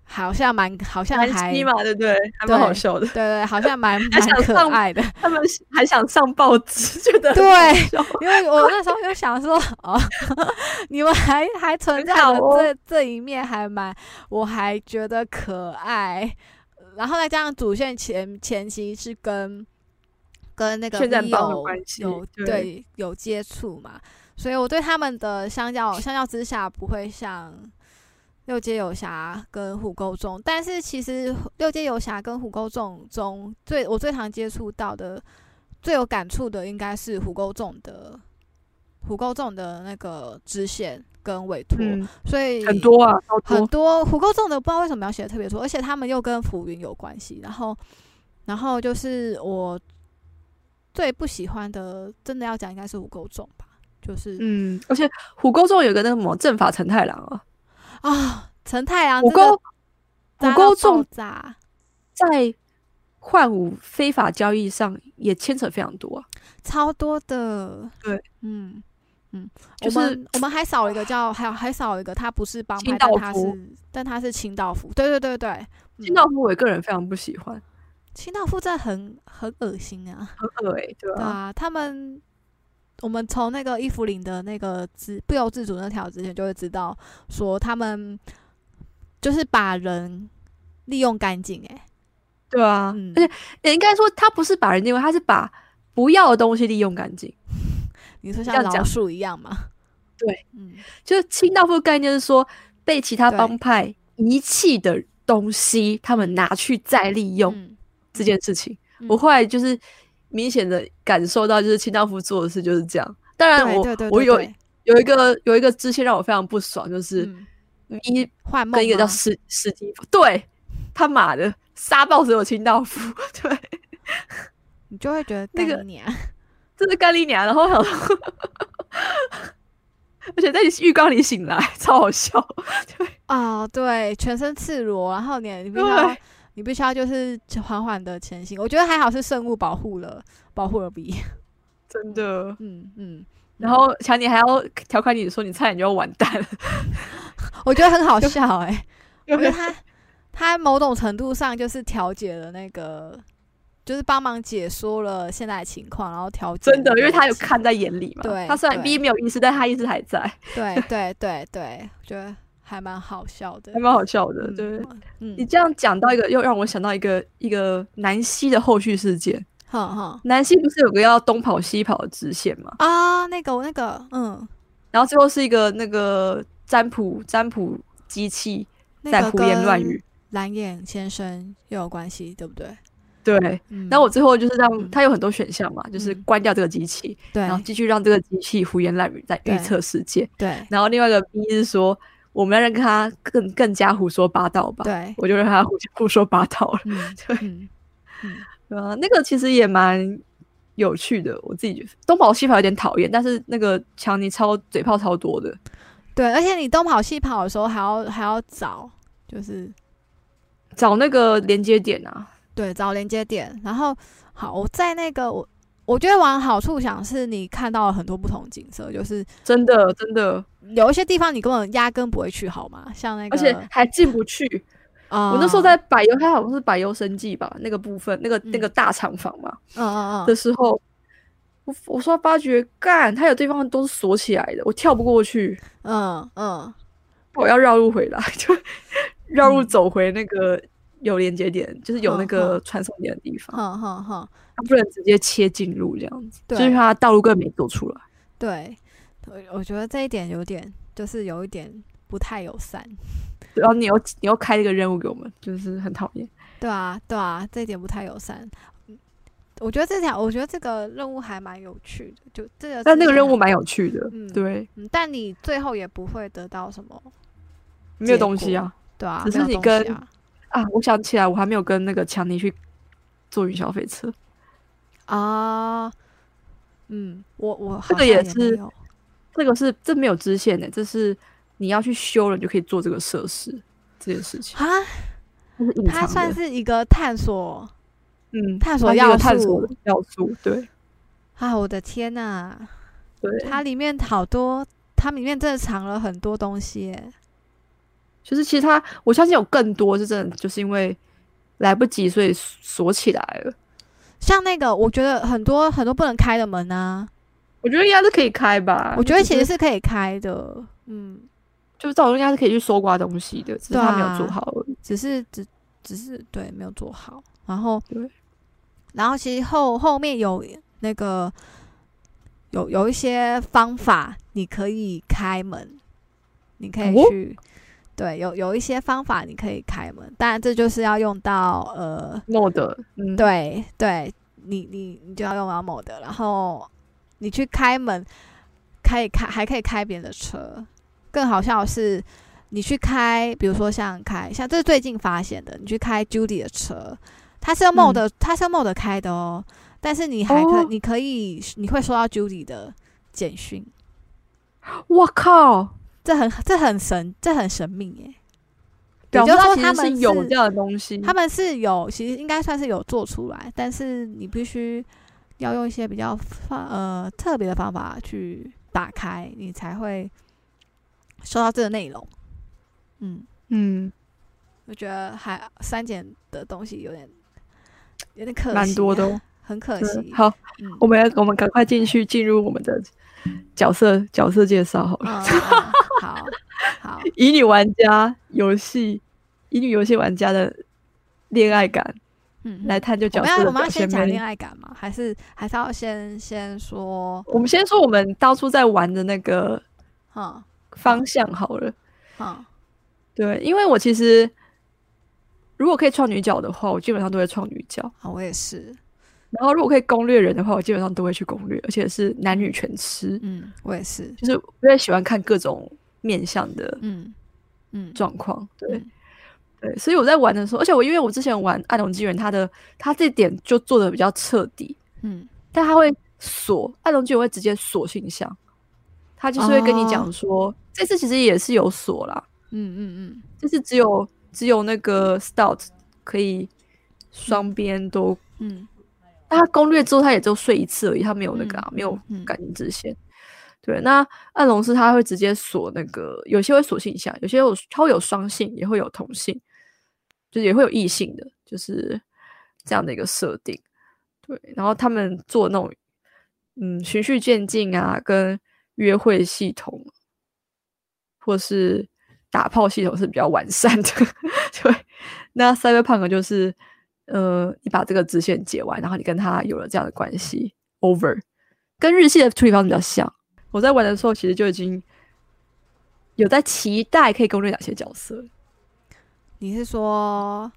Speaker 4: 好像蛮好像还
Speaker 2: 南希
Speaker 4: 对
Speaker 2: 嘛，对不对？还蛮
Speaker 4: 对
Speaker 2: 好笑的。 *laughs*
Speaker 4: 对，好像蛮
Speaker 2: 还
Speaker 4: 蛮
Speaker 2: 想
Speaker 4: 可
Speaker 2: 上
Speaker 4: 爱的。
Speaker 2: 他们还想上报纸， *laughs* 觉得很
Speaker 4: 对
Speaker 2: 好笑
Speaker 4: 因为我那时候就想说， *laughs* 哦，你们还还存在
Speaker 2: 好
Speaker 4: 着
Speaker 2: 哦
Speaker 4: 这这一面，还蛮我还觉得可爱。然后再加上主线前前期是跟跟那个
Speaker 2: 炫战
Speaker 4: V
Speaker 2: 帮有
Speaker 4: 有
Speaker 2: 关系
Speaker 4: 有
Speaker 2: 对
Speaker 4: 对有接触嘛，所以我对他们的相较相较之下不会像。六街游侠跟虎沟中，但是其实六街游侠跟虎沟中中最我最常接触到的、最有感触的应该是虎沟中的胡够重的那个支线跟委托，
Speaker 2: 嗯，
Speaker 4: 所以
Speaker 2: 很多啊，好
Speaker 4: 很
Speaker 2: 多，
Speaker 4: 多胡够重的不知道为什么要写的特别多，而且他们又跟浮云有关系。然后，然后就是我最不喜欢的，真的要讲应该是胡够重吧，就是、
Speaker 2: 嗯，而且虎沟中有个那个什么阵法陈太郎啊，
Speaker 4: 啊，陈太阳
Speaker 2: 虎
Speaker 4: 真的
Speaker 2: 沟
Speaker 4: 渣
Speaker 2: 虎沟
Speaker 4: 到
Speaker 2: 重
Speaker 4: 爆炸，
Speaker 2: 在换武非法交易上也牵扯非常多啊，
Speaker 4: 超多的，
Speaker 2: 对，
Speaker 4: 嗯。嗯，
Speaker 2: 就是
Speaker 4: 我们我们还少了一个叫，还有还少了一个，他不是帮派
Speaker 2: 清，
Speaker 4: 但
Speaker 2: 道
Speaker 4: 他
Speaker 2: 夫
Speaker 4: 是但他是清道夫，对对对对，嗯
Speaker 2: 清道夫我个人非常不喜欢，
Speaker 4: 清道夫真的很很恶心啊，
Speaker 2: 很恶哎、欸，对
Speaker 4: 对
Speaker 2: 吧、
Speaker 4: 啊，他们我们从那个伊芙琳的那个自不由自主那条之前就会知道，说他们就是把人利用干净、欸，
Speaker 2: 对啊，
Speaker 4: 嗯
Speaker 2: 而且也应该说他不是把人利用，他是把不要的东西利用干净。
Speaker 4: 你说
Speaker 2: 这
Speaker 4: 像
Speaker 2: 样
Speaker 4: 老
Speaker 2: 讲
Speaker 4: 鼠一样吗？
Speaker 2: 对，
Speaker 4: 嗯，
Speaker 2: 就是清道夫的概念是说，被其他
Speaker 4: 对
Speaker 2: 帮派遗弃的东西，他们拿去再利用
Speaker 4: 嗯
Speaker 2: 这件事情。
Speaker 4: 嗯
Speaker 2: 我后来就是明显的感受到，就是清道夫做的事就是这样。当然
Speaker 4: 对
Speaker 2: 我，
Speaker 4: 对对
Speaker 2: 我
Speaker 4: 对
Speaker 2: 有
Speaker 4: 对
Speaker 2: 有一个有一个支线让我非常不爽，就是
Speaker 4: 嗯
Speaker 2: 一
Speaker 4: 幻梦
Speaker 2: 跟一个叫
Speaker 4: 吗
Speaker 2: 史史蒂夫，对他妈的杀爆所有清道夫，对，
Speaker 4: 你就会觉得
Speaker 2: 那
Speaker 4: 干
Speaker 2: 个
Speaker 4: 你啊 *laughs* 娘
Speaker 2: 这是干你娘！然后我想说， *laughs* 而且在浴缸里醒来，超好笑。
Speaker 4: 啊、对，全身赤裸，然后你你必须要你必须要就是缓缓的前行。我觉得还好是圣物保护了保护了 B，
Speaker 2: 真的。
Speaker 4: *laughs* 嗯嗯，
Speaker 2: 然后强尼还要调侃你说你差点就要完蛋了，
Speaker 4: 我觉得很好笑哎、我觉得
Speaker 2: 对
Speaker 4: 他他某种程度上就是调解了那个，就是帮忙解说了现在的情况，然后调解
Speaker 2: *laughs* 真的，
Speaker 4: 那
Speaker 2: 因为
Speaker 4: 个
Speaker 2: 他有
Speaker 4: 情
Speaker 2: 看在眼里嘛。
Speaker 4: 对
Speaker 2: 他虽然
Speaker 4: 对
Speaker 2: B 没有意识，但他意识还在，
Speaker 4: 对对对对，我觉得还蛮好笑的
Speaker 2: 还。蛮好笑的。
Speaker 4: 嗯
Speaker 2: 对，你
Speaker 4: 嗯，
Speaker 2: 这样讲到一个，又让我想到一个一个南希的后续事件。
Speaker 4: 哼哼
Speaker 2: 南希不是有个要东跑西跑的支线嘛？
Speaker 4: 啊，那个我那个嗯，
Speaker 2: 然后最后是一个那个占卜占卜机器
Speaker 4: 那
Speaker 2: 在
Speaker 4: 个
Speaker 2: 胡言乱
Speaker 4: 跟
Speaker 2: 语。
Speaker 4: 蓝眼先生又有关系，对不对？
Speaker 2: 对，
Speaker 4: 嗯，
Speaker 2: 然后我最后就是让
Speaker 4: 嗯
Speaker 2: 它有很多选项嘛，就是
Speaker 4: 嗯
Speaker 2: 关掉这个机器，
Speaker 4: 对
Speaker 2: 然后继续让这个机器胡言乱语在
Speaker 4: 对
Speaker 2: 预测世界。
Speaker 4: 对
Speaker 2: 然后另外一个 B 是说，我们要让它更更加胡说八道吧。 *laughs*
Speaker 4: 对，
Speaker 2: 我就让它胡胡说八道了，
Speaker 4: 嗯
Speaker 2: *laughs* 对
Speaker 4: 嗯嗯
Speaker 2: 对啊，那个其实也蛮有趣的，我自己觉得东跑西跑有点讨厌，但是那个强尼超嘴炮超多的，
Speaker 4: 对，而且你东跑西跑的时候还要还要找，就是
Speaker 2: 找那个连接点啊，
Speaker 4: 对，找连接点。然后好，我在那个我我觉得往好处想是你看到了很多不同景色，就是
Speaker 2: 真的真的，
Speaker 4: 有一些地方你根本压根不会去，好吗？像那个，
Speaker 2: 而且还进不去。
Speaker 4: 啊、
Speaker 2: 我那时候在百优，它好像是百优生计吧，那个部分，那个那个
Speaker 4: 嗯
Speaker 2: 大厂房嘛、
Speaker 4: 嗯嗯
Speaker 2: 的
Speaker 4: 嗯，
Speaker 2: 时候，我我说发觉干，它有地方都是锁起来的，我跳不过去，
Speaker 4: 嗯嗯，
Speaker 2: 我要绕路回来，就 *laughs* 绕路
Speaker 4: 嗯
Speaker 2: 走回那个有连接点，就是有那
Speaker 4: 嗯
Speaker 2: 个传送点的地方，
Speaker 4: 哼哼哼，
Speaker 2: 它不能直接切进入这样子，就是
Speaker 4: 嗯对
Speaker 2: 它道路根本没走出来。
Speaker 4: 对，我我觉得这一点有点，就是有一点不太友善。
Speaker 2: 然后你又你又开了一个任务给我们，就是很讨厌。
Speaker 4: 对啊，对啊，这一点不太友善。嗯我觉得这条，我觉得这个任务还蛮有趣的，就这个。
Speaker 2: 但那个任务，蛮有趣的，
Speaker 4: 嗯
Speaker 2: 对，
Speaker 4: 嗯，但你最后也不会得到什么，
Speaker 2: 没有
Speaker 4: 结
Speaker 2: 东西
Speaker 4: 果
Speaker 2: 啊
Speaker 4: 对啊，没
Speaker 2: 只是
Speaker 4: 有
Speaker 2: 你
Speaker 4: 东西
Speaker 2: 跟
Speaker 4: 啊
Speaker 2: 啊！我想起来，我还没有跟那个强尼去坐云霄飞车。
Speaker 4: 啊，嗯，我我好
Speaker 2: 这个
Speaker 4: 像
Speaker 2: 也
Speaker 4: 没
Speaker 2: 是
Speaker 4: 有
Speaker 2: 这个是这没有支线的、欸这是你要去修了，你就可以做这个设施这件事情，
Speaker 4: 啊，
Speaker 2: 它是隐
Speaker 4: 它
Speaker 2: 藏
Speaker 4: 算
Speaker 2: 的，
Speaker 4: 是一个探索
Speaker 2: 嗯，
Speaker 4: 探索
Speaker 2: 它是一个
Speaker 4: 要
Speaker 2: 探
Speaker 4: 素
Speaker 2: 索的要素，对
Speaker 4: 啊！我的天呐，
Speaker 2: 对，
Speaker 4: 它里面好多，它里面真的藏了很多东西耶。
Speaker 2: 就是其实它我相信有更多是真的，就是因为来不及所以锁起来了。
Speaker 4: 像那个，我觉得很多很多不能开的门啊，
Speaker 2: 我觉得应该是可以开吧，
Speaker 4: 我觉得
Speaker 2: 只
Speaker 4: 其实
Speaker 2: 啊是
Speaker 4: 是可以开的，嗯，
Speaker 2: 就是照理说应该是可以去搜刮东西的，只是
Speaker 4: 对
Speaker 2: 他没
Speaker 4: 啊
Speaker 2: 有做好而已。
Speaker 4: 只是只只是对没有做好，然后
Speaker 2: 对，
Speaker 4: 然后其实后后面有那个有有一些方法，你可以开门，你可以
Speaker 2: 哦
Speaker 4: 去、对有有一些方法你可以开门，当然这就是要用到呃，
Speaker 2: 弄的，嗯，
Speaker 4: 对对，你你你就要用到某的，然后你去开门。可以开，还可以开别人的车。更好笑的是，你去开，比如说像开，像这是最近发现的，你去开 Judy 的车，它是用 mod，、它是用 mod 开的哦。但是你还可，
Speaker 2: 嗯哦
Speaker 4: 你可以，你会收到 Judy 的简讯， *laughs*
Speaker 2: 我靠，
Speaker 4: 这很这很神，这很神秘耶。
Speaker 2: 表示
Speaker 4: 就
Speaker 2: 它
Speaker 4: 说
Speaker 2: 其
Speaker 4: 他
Speaker 2: 实
Speaker 4: 们
Speaker 2: 是有
Speaker 4: 是
Speaker 2: 这样的东西，
Speaker 4: 他们是有，其实应该算是有做出来，但是你必须要用一些比较方呃特别的方法去打开，你才会收到这个内容。嗯，
Speaker 2: 嗯，
Speaker 4: 我觉得还删减的东西有点有点可惜，
Speaker 2: 蛮多的哦，
Speaker 4: 很可
Speaker 2: 对
Speaker 4: 惜。
Speaker 2: 好，
Speaker 4: 嗯，
Speaker 2: 我们要我们赶快进去进入我们的角色角色介绍好
Speaker 4: 嗯、
Speaker 2: 了。
Speaker 4: 嗯嗯好好，
Speaker 2: 乙女玩家游戏，乙女游戏玩家的恋爱感，
Speaker 4: 嗯，
Speaker 2: 来探究
Speaker 4: 我
Speaker 2: 角
Speaker 4: 们
Speaker 2: 色
Speaker 4: 要
Speaker 2: 的
Speaker 4: 我们
Speaker 2: 表
Speaker 4: 要先
Speaker 2: 现
Speaker 4: 讲
Speaker 2: 魅力
Speaker 4: 恋。爱感吗？还是还是要先先说，
Speaker 2: 我们先说我们当初在玩的那个
Speaker 4: 嗯
Speaker 2: 方向好了，
Speaker 4: 嗯
Speaker 2: 对，因为我其实如果可以创女角的话，我基本上都会创女角；
Speaker 4: 好，我也是，
Speaker 2: 然后如果可以攻略人的话，我基本上都会去攻略，而且是男女全吃，
Speaker 4: 嗯，我也是，
Speaker 2: 就是我也喜欢看各种面向的
Speaker 4: 嗯嗯，
Speaker 2: 状况，对。
Speaker 4: 嗯
Speaker 2: 对，所以我在玩的时候，而且我因为我之前玩《暗龙纪元》，它的它这点就做的比较彻底，
Speaker 4: 嗯
Speaker 2: 但它会锁暗龙卷会直接锁性向，它就是会跟你讲说，这次其实也是有锁啦，
Speaker 4: 嗯嗯
Speaker 2: 这次只有只有那个 stout 可以双边都，
Speaker 4: 嗯
Speaker 2: 但它攻略之后它也就睡一次而已，它没有那个、啊
Speaker 4: 嗯
Speaker 2: 没有
Speaker 4: 嗯嗯
Speaker 2: 感情支线。对，那暗龙是它会直接锁那个，有些会锁性向，有些有它会有双性，也会有同性，就是也会有异性的，就是这样的一个设定。对，然后他们做那种嗯循序渐进啊，跟约会系统或是打炮系统是比较完善的。 *laughs* 对，那 Cyberpunk 就是呃，你把这个支线解完，然后你跟他有了这样的关系，over，跟日系的处理方式比较像。我在玩的时候，其实就已经有在期待可以攻略哪些角色了，
Speaker 4: 你是说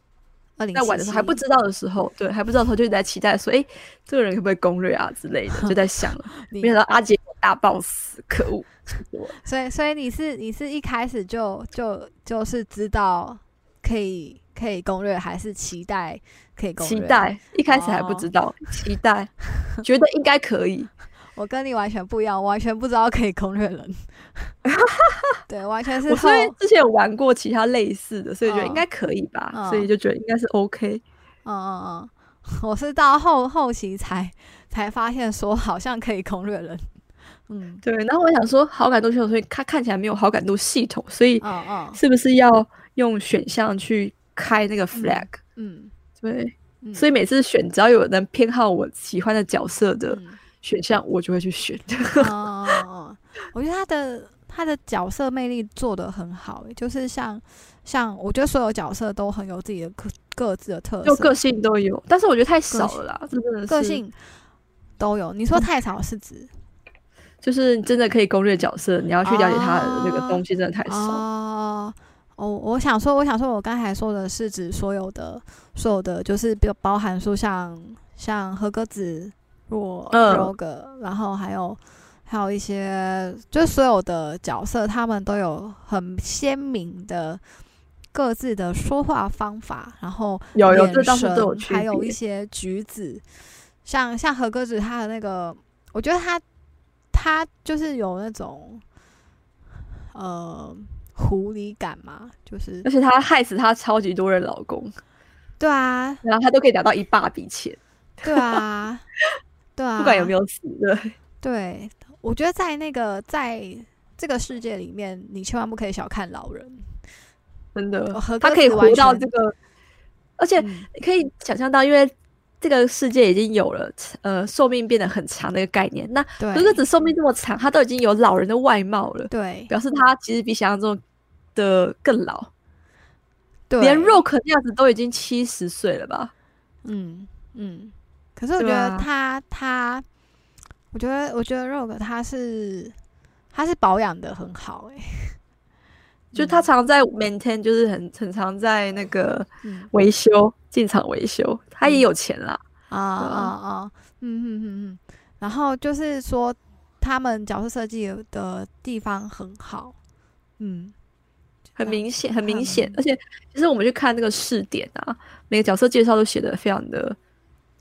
Speaker 4: 二零
Speaker 2: 在玩的时候还不知道的时候，对，还不知道的时候就一直在期待说，哎、这个人可不可以攻略啊之类的，就在想了。
Speaker 4: *laughs* 你
Speaker 2: 没想到阿杰大 boss，可
Speaker 4: *laughs*
Speaker 2: 恶！
Speaker 4: 所以所以你是你是一开始就就就是知道可以可以攻略，还是期待可以攻
Speaker 2: 期
Speaker 4: 略？，
Speaker 2: 待一开始还不
Speaker 4: 哦
Speaker 2: 知道，期待觉得应该可以，
Speaker 4: 我跟你完全不一样，我完全不知道可以攻略 *laughs* 人。对，完全是
Speaker 2: 我是
Speaker 4: 后
Speaker 2: 因为之前有玩过其他类似的，所以觉得
Speaker 4: 嗯
Speaker 2: 应该可以吧，
Speaker 4: 嗯
Speaker 2: 所以就觉得应该是 OK。
Speaker 4: 嗯嗯嗯，我是到后后期才才发现说好像可以攻略人。嗯
Speaker 2: 对，然后我想说好感度系统，所以它看起来没有好感度系统，所以
Speaker 4: 嗯嗯
Speaker 2: 是不是要用选项去开那个 flag？、
Speaker 4: 嗯
Speaker 2: 对，
Speaker 4: 嗯，
Speaker 2: 所以每次选只要有人偏好我喜欢的角色的
Speaker 4: 嗯
Speaker 2: 选项，我就会去选。
Speaker 4: 哦，哦哦我觉得他的他的角色魅力做得很好，欸就是像像我觉得所有角色都很有自己的各各自的特色，
Speaker 2: 就个性都有，但是我觉得太少
Speaker 4: 性
Speaker 2: 了啦，这真的是
Speaker 4: 个性都有。你说太少是指
Speaker 2: 就是你真的可以攻略角色，你要去了解他的那个
Speaker 4: 啊
Speaker 2: 东西，真的太少。
Speaker 4: 哦哦，我想说，我想说，我刚才说的是指所有的所有的，就是比包含说像像和歌子、若
Speaker 2: 嗯
Speaker 4: rog，、然后还有。还有一些，就是所有的角色，他们都有很鲜明的各自的说话方法，然后
Speaker 2: 有哦有，
Speaker 4: 眼
Speaker 2: 这倒是都有
Speaker 4: 神
Speaker 2: 区别。
Speaker 4: 还有一些举止，像像何歌子他的那个，我觉得他他就是有那种呃狐狸感嘛，就是
Speaker 2: 而且她害死她超级多人老公，
Speaker 4: 对啊，
Speaker 2: 然后她都可以拿到一大笔钱，
Speaker 4: 对
Speaker 2: *laughs*
Speaker 4: 啊，对啊，
Speaker 2: 不管有没有死的。
Speaker 4: 对，我觉得在那个在这个世界里面，你千万不可以小看老人，
Speaker 2: 真的
Speaker 4: 和，
Speaker 2: 她
Speaker 4: 歌
Speaker 2: 呃可以
Speaker 4: 词
Speaker 2: 活
Speaker 4: 哦完
Speaker 2: 到
Speaker 4: 全
Speaker 2: 这个，而且
Speaker 4: 嗯
Speaker 2: 可以想象到，因为这个世界已经有了呃寿命变得很长的一个概念。那
Speaker 4: 对
Speaker 2: 如果只寿命这么长，她都已经有老人的外貌了，
Speaker 4: 对
Speaker 2: 表示她其实比想象中的更老，
Speaker 4: 对，
Speaker 2: 连 Rock 那样子都已经七十岁了吧？
Speaker 4: 嗯，嗯，可是我觉
Speaker 2: 对
Speaker 4: 得
Speaker 2: 啊
Speaker 4: 他、他，我觉得我觉得 Rogue 他是他是保养的很好 *laughs* 哎、
Speaker 2: 就是她
Speaker 4: 嗯
Speaker 2: 常在 maintain，就是很很常在那个
Speaker 4: 嗯
Speaker 2: 维修进场维修，她也有钱啦。
Speaker 4: 啊啊啊，嗯嗯嗯嗯，然后就是说他们角色设计的地方很好，嗯，
Speaker 2: 很
Speaker 4: 那
Speaker 2: 明显，很明
Speaker 4: 嗯
Speaker 2: 显。而且，其实我们去看那个试点啊，每个角色介绍都写的非常的，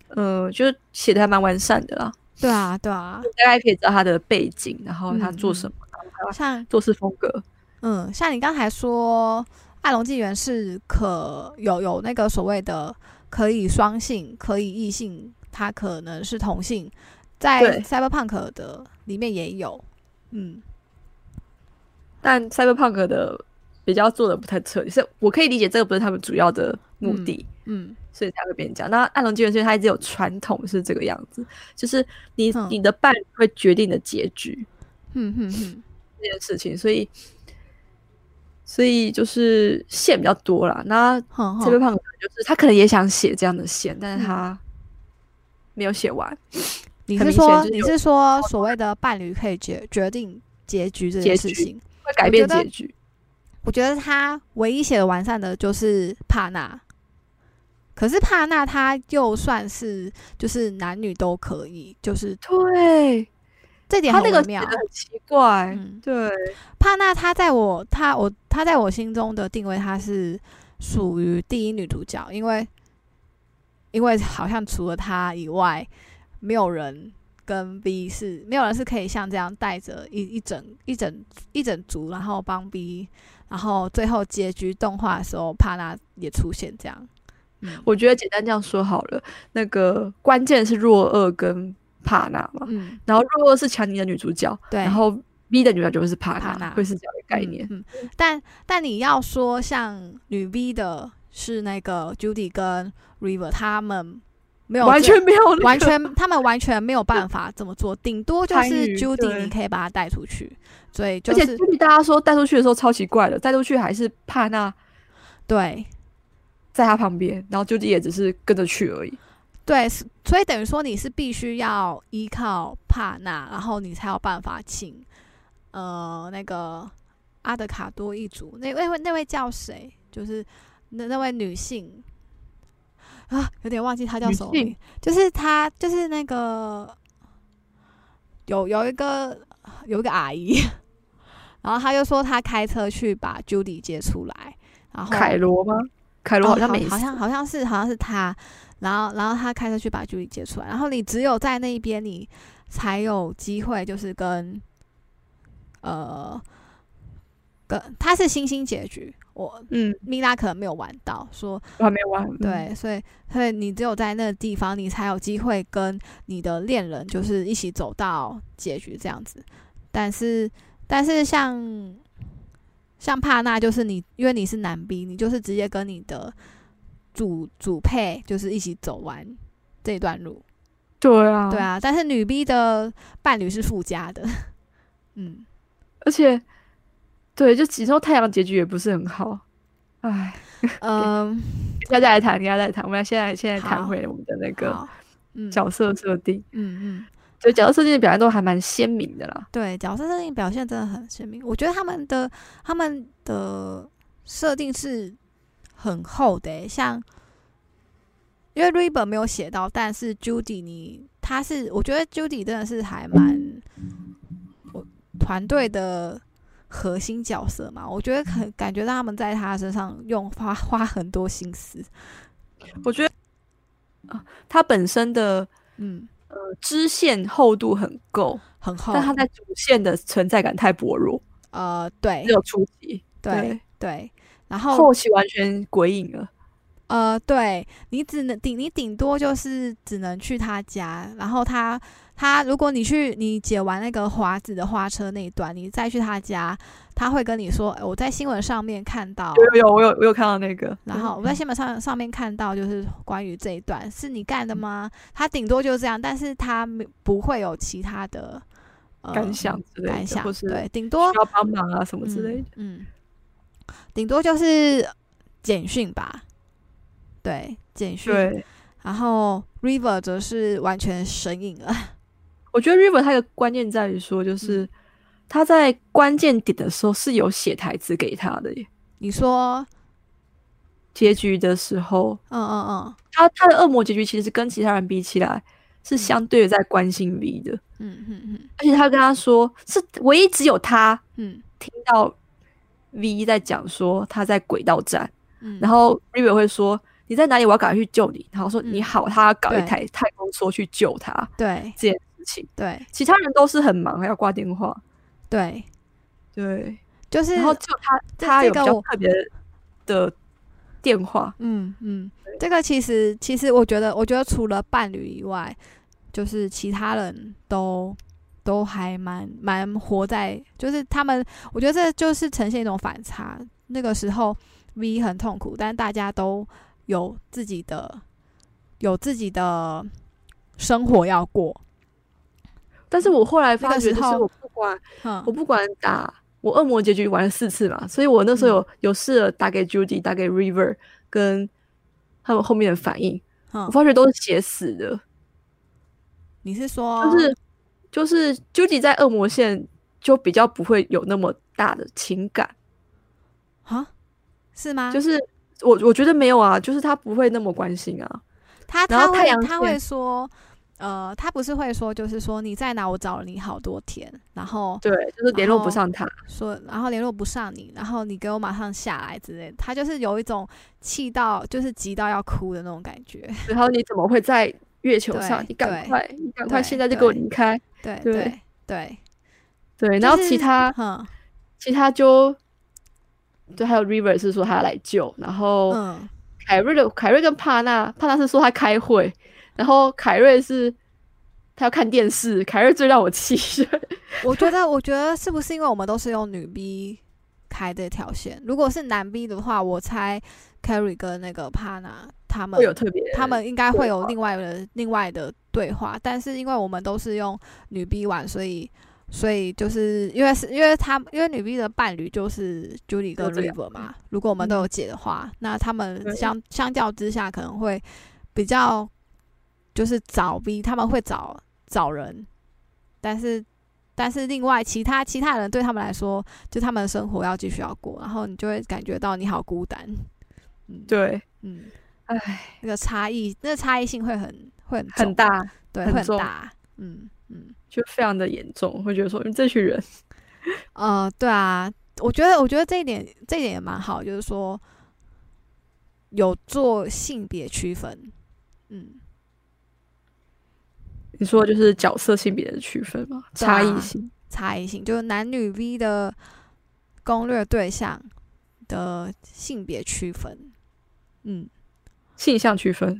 Speaker 2: 呃，就是写的还蛮完善的啦。
Speaker 4: 对啊，对啊，
Speaker 2: 大概可以知道他的背景，然后他做
Speaker 4: 嗯
Speaker 2: 什么，
Speaker 4: 像
Speaker 2: 做事风格。
Speaker 4: 嗯，像你刚才说，《爱龙纪元》是可有有那个所谓的可以双性，可以异性，它可能是同性，在
Speaker 2: 对
Speaker 4: Cyberpunk 的里面也有，嗯，
Speaker 2: 但 Cyberpunk 的比较做的不太彻底，是我可以理解这个不是他们主要的目的，
Speaker 4: 嗯
Speaker 2: 所以才会变成这样。那暗龙纪元虽然它一直有传统是这个样子，就是你、
Speaker 4: 嗯
Speaker 2: 你的伴侣会决定你的结局
Speaker 4: 哼哼
Speaker 2: *laughs*
Speaker 4: 哼，
Speaker 2: 这件事情，所以所以就是线比较多啦。那
Speaker 4: 哼哼，
Speaker 2: Cyberpunk 就是他可能也想写这样的线，但是
Speaker 4: 嗯
Speaker 2: 他没有写完
Speaker 4: 你
Speaker 2: 很
Speaker 4: 是
Speaker 2: 明显
Speaker 4: 说
Speaker 2: 就是
Speaker 4: 你
Speaker 2: 有
Speaker 4: 是说所谓的伴侣可以决决定结局这件
Speaker 2: 结
Speaker 4: 事
Speaker 2: 局
Speaker 4: 情？
Speaker 2: 会改变
Speaker 4: 我觉得
Speaker 2: 结局。
Speaker 4: 我觉得他唯一写的完善的就是帕纳，可是帕纳他又算是就是男女都可以，就是
Speaker 2: 对，
Speaker 4: 这点
Speaker 2: 他
Speaker 4: 很
Speaker 2: 那个
Speaker 4: 微
Speaker 2: 写
Speaker 4: 妙
Speaker 2: 的。很奇怪，
Speaker 4: 嗯，
Speaker 2: 对，
Speaker 4: 帕纳她在我她我她在我心中的定位，她是属于第一女主角，因为因为好像除了她以外，没有人跟 B 是没有人是可以像这样带着一一整一整一整组，然后帮 B，然后最后结局动画的时候，帕纳也出现这样。嗯，
Speaker 2: 我觉得简单这样说好了，那个关键是若二跟帕娜嘛，
Speaker 4: 嗯
Speaker 2: 然后若二是强尼的女主角，
Speaker 4: 对，
Speaker 2: 然后 V 的女主角就是帕
Speaker 4: 帕
Speaker 2: 娜，
Speaker 4: 娜
Speaker 2: 会是这样的概念。
Speaker 4: 嗯，嗯但但你要说像女 V 的是那个 Judy 跟 River 他们没有
Speaker 2: 完
Speaker 4: 这
Speaker 2: 全没有、那个
Speaker 4: 完全他们完全没有办法这么做，顶多就
Speaker 2: 参
Speaker 4: 是
Speaker 2: 与
Speaker 4: Judy
Speaker 2: 对
Speaker 4: 你可以把她带出去，所以
Speaker 2: 而
Speaker 4: 就
Speaker 2: 且
Speaker 4: 是
Speaker 2: 就是大家说带出去的时候超奇怪的，带出去还是帕娜
Speaker 4: 对
Speaker 2: 在她旁边，然后究竟也只是跟着去而已。
Speaker 4: 对，是所以等于说你是必须要依靠帕纳，然后你才有办法请呃那个阿德卡多一族那那位那位叫谁？就是那那位女性啊，有点忘记她叫
Speaker 2: 女
Speaker 4: 什么
Speaker 2: 性
Speaker 4: 名，就是她就是那个有有一个有一个阿姨， *laughs* 然后她就说她开车去把 Judy 接出来，然后
Speaker 2: 凯罗吗？凯罗
Speaker 4: 哦
Speaker 2: 好像没、
Speaker 4: 好像好像是好像是他，然后然后他开车去把 Judy 接出来，然后你只有在那一边你才有机会，就是跟呃跟他是星星结局，我
Speaker 2: 嗯，
Speaker 4: 米拉可能没有玩到，说
Speaker 2: 我还没玩。嗯，
Speaker 4: 对，所以所以你只有在那个地方，你才有机会跟你的恋人就是一起走到结局这样子。但是但是像像帕纳，就是你因为你是男兵，你就是直接跟你的主主配就是一起走完这段路。
Speaker 2: 对啊，
Speaker 4: 对。啊，但是女兵的伴侣是附加的， *laughs* 嗯。
Speaker 2: 而且，对，就几周太阳结局也不是很好。唉，
Speaker 4: 嗯，
Speaker 2: 大家来谈，大家来谈。我们现在现在谈
Speaker 4: 好
Speaker 2: 回我们的那个
Speaker 4: 好，嗯
Speaker 2: 角色设定，
Speaker 4: 嗯嗯，
Speaker 2: 就角色设定的表现都还蛮鲜明的啦。
Speaker 4: 对，角色设定表现真的很鲜明。我觉得他们的他们的设定是很厚的欸，像因为 River 没有写到，但是 Judy 你他是，我觉得 Judy 真的是还蛮我团队的核心角色嘛。我觉得很感觉到他们在他身上用花花很多心思。
Speaker 2: 我觉得，啊，它本身的
Speaker 4: 嗯，
Speaker 2: 呃支线厚度很够，
Speaker 4: 很厚
Speaker 2: 但。它在主线的存在感太薄弱，
Speaker 4: 呃，对
Speaker 2: 只有初期，
Speaker 4: 对对，然后
Speaker 2: 后期完全鬼影了。
Speaker 4: 呃，对你只能顶，你顶多就是只能去他家，然后他他，如果你去你解完那个华子的花车那一段，你再去他家，他会跟你说，诶我在新闻上面看到，
Speaker 2: 有有有，我有我有看到那个，
Speaker 4: 然后我在新闻上上面看到，就是关于这一段是你干
Speaker 2: 嗯
Speaker 4: 的吗？他顶多就这样，但是他没不会有其他的、呃、
Speaker 2: 感想之类的，
Speaker 4: 感想
Speaker 2: 或，是
Speaker 4: 对，顶多
Speaker 2: 需要帮忙啊什么之类的。
Speaker 4: 嗯，嗯顶多就是简讯吧，对，简讯，
Speaker 2: 对，
Speaker 4: 然后 River 则是完全神隐了， *laughs*
Speaker 2: 我觉得 River 它的关键在于说，
Speaker 4: 嗯
Speaker 2: 就是他在关键点的时候是有写台词给他的耶。
Speaker 4: 你说，
Speaker 2: 结局的时候，
Speaker 4: 嗯嗯嗯，
Speaker 2: 他他的恶魔结局其实跟其他人比起来，是相对的在关心 V 的，
Speaker 4: 嗯嗯嗯
Speaker 2: 而且他跟他说是唯一只有他
Speaker 4: 嗯
Speaker 2: 听到 V 在讲说他在轨道站，
Speaker 4: 嗯，
Speaker 2: 然后 River 会说你在哪里，我要赶快去救你，然后说
Speaker 4: 嗯
Speaker 2: 你好，他要搞一
Speaker 4: 对
Speaker 2: 台太空梭去救他
Speaker 4: 对
Speaker 2: 这件事情，
Speaker 4: 对
Speaker 2: 其他人都是很忙，还要挂电话，
Speaker 4: 对，
Speaker 2: 对，
Speaker 4: 就是
Speaker 2: 然后就他
Speaker 4: 这
Speaker 2: 他
Speaker 4: 这
Speaker 2: 有比
Speaker 4: 个
Speaker 2: 较
Speaker 4: 我
Speaker 2: 特别的电话，
Speaker 4: 嗯嗯，这个其实其实我觉得，我觉得除了伴侣以外，就是其他人都都还蛮蛮活在，就是他们，我觉得这就是呈现一种反差。那个时候 V 很痛苦，但大家都有自己的有自己的生活要过。
Speaker 2: 但是我后来
Speaker 4: 那
Speaker 2: 发
Speaker 4: 个时
Speaker 2: 觉，就是啊
Speaker 4: 候
Speaker 2: 我不管
Speaker 4: 嗯
Speaker 2: 我不管打我恶魔结局玩了四次嘛，所以我那时候有、有试了打给 Judy，打给 River，跟他们后面的反应，我
Speaker 4: 嗯，
Speaker 2: 发觉都是写死的，
Speaker 4: 你是说
Speaker 2: 就是就是 Judy 在恶魔线就比较不会有那么大的情感，
Speaker 4: 啊？是吗？
Speaker 2: 就是我我觉得没有啊，就是他不会那么关心啊，
Speaker 4: 他
Speaker 2: 然
Speaker 4: 他
Speaker 2: 后
Speaker 4: 会
Speaker 2: 太阳
Speaker 4: 他
Speaker 2: 线
Speaker 4: 会说，呃，他不是会说，就是说你在哪，我找了你好多天，然后
Speaker 2: 对，就是联络
Speaker 4: 然后
Speaker 2: 不上他，
Speaker 4: 说，然后联络不上你，然后你给我马上下来之类的，他就是有一种气到就是急到要哭的那种感觉。
Speaker 2: 然后你怎么会在月球上
Speaker 4: 对？
Speaker 2: 你赶
Speaker 4: 对
Speaker 2: 快，你赶快
Speaker 4: 对
Speaker 2: 现在就给我
Speaker 4: 对
Speaker 2: 离开，
Speaker 4: 对
Speaker 2: 对
Speaker 4: 对对，就
Speaker 2: 对，然后
Speaker 4: 是
Speaker 2: 其他。
Speaker 4: 嗯
Speaker 2: 其他就对，还有 River 是说他来救，然后
Speaker 4: 嗯
Speaker 2: 凯瑞的凯瑞跟帕纳，帕纳是说他开会，然后凯瑞是他要看电视，凯瑞最让我气， *laughs*
Speaker 4: 我觉得，我觉得是不是因为我们都是用女 B 开这条线？如果是男 B 的话，我猜 Carrie 跟那个 Pana 他们
Speaker 2: 会有特别
Speaker 4: 他们应该会有
Speaker 2: 对话
Speaker 4: 另外的另外的对话，但是因为我们都是用女 B 玩，所以所以就是因为是因为他因为女 B 的伴侣就是 Julie 跟
Speaker 2: 就这两
Speaker 4: River 嘛，如果我们都有解的话，那他们
Speaker 2: 对
Speaker 4: 相相较之下可能会比较就是找 B，他们会找找人，但是。但是另外其他其他人对他们来说，就他们的生活要继续要过，然后你就会感觉到你好孤单，嗯，
Speaker 2: 对，
Speaker 4: 嗯，
Speaker 2: 唉，
Speaker 4: 那个差异，那差异性会很会很
Speaker 2: 很
Speaker 4: 重，
Speaker 2: 大，
Speaker 4: 对，
Speaker 2: 很
Speaker 4: 会很
Speaker 2: 重
Speaker 4: 大。嗯嗯，
Speaker 2: 就非常的严重，会觉得说嗯这群人
Speaker 4: 呃，对啊，我觉得我觉得这一点这一点也蛮好，就是说有做性别区分。嗯，
Speaker 2: 你说就是角色性别的区分嘛，
Speaker 4: 对啊
Speaker 2: 差异性，
Speaker 4: 差异性就是男女 V 的攻略对象的性别区分。嗯，
Speaker 2: 性向区分，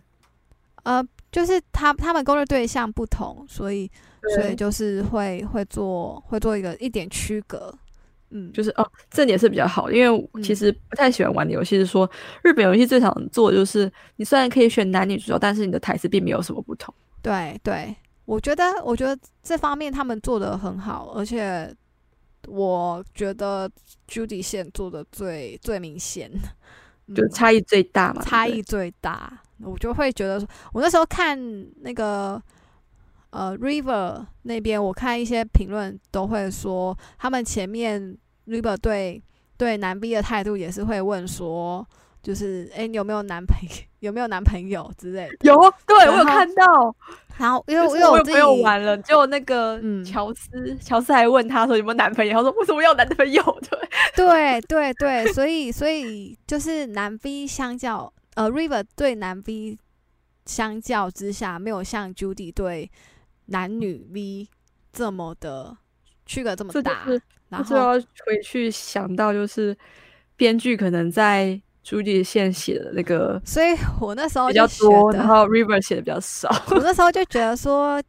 Speaker 4: 呃，就是他他们攻略对象不同，所以所以
Speaker 2: 对，
Speaker 4: 就是会会做会做一个一点区隔。嗯，
Speaker 2: 就是哦，这点是比较好，因为我其实不太喜欢玩的游戏是说，日本游戏最常做的就是，你虽然可以选男女主角，但是你的台词并没有什么不同。
Speaker 4: 对对，我觉得我觉得这方面他们做的很好，而且我觉得 Judy 线做的最最明显，
Speaker 2: 就
Speaker 4: 嗯
Speaker 2: 差异最大嘛，
Speaker 4: 差
Speaker 2: 对不
Speaker 4: 异最大。我就会觉得说，我那时候看那个呃 River 那边，我看一些评论都会说，他们前面 River 对对男 B 的态度也是会问说，就是诶，你有没有男朋友 *laughs* 有没有男朋友之类的。
Speaker 2: 对有对
Speaker 4: 然
Speaker 2: 我有
Speaker 4: 后
Speaker 2: 看到，
Speaker 4: 然后因为
Speaker 2: 就是
Speaker 4: 因为
Speaker 2: 我有
Speaker 4: 自
Speaker 2: 朋友
Speaker 4: 己
Speaker 2: 玩了，就那个
Speaker 4: 嗯
Speaker 2: 乔斯，乔斯还问他说有没有男朋友，他说为什么要男朋友？ *laughs* 对，
Speaker 4: 对对对，所以所以就是男 B 相较呃 River 对男 B 相较之下，没有像 Judy 对男女 V 这么的区隔这么
Speaker 2: 这就
Speaker 4: 大。
Speaker 2: 是
Speaker 4: 然
Speaker 2: 就
Speaker 4: 后
Speaker 2: 要回去想到就是编剧可能在朱丽线写的那个
Speaker 4: 所以我那时候
Speaker 2: 比
Speaker 4: 就
Speaker 2: 较
Speaker 4: 觉
Speaker 2: 多，然
Speaker 4: 得，
Speaker 2: 后 River 写的比较少。 *laughs*
Speaker 4: 我那时候就觉得说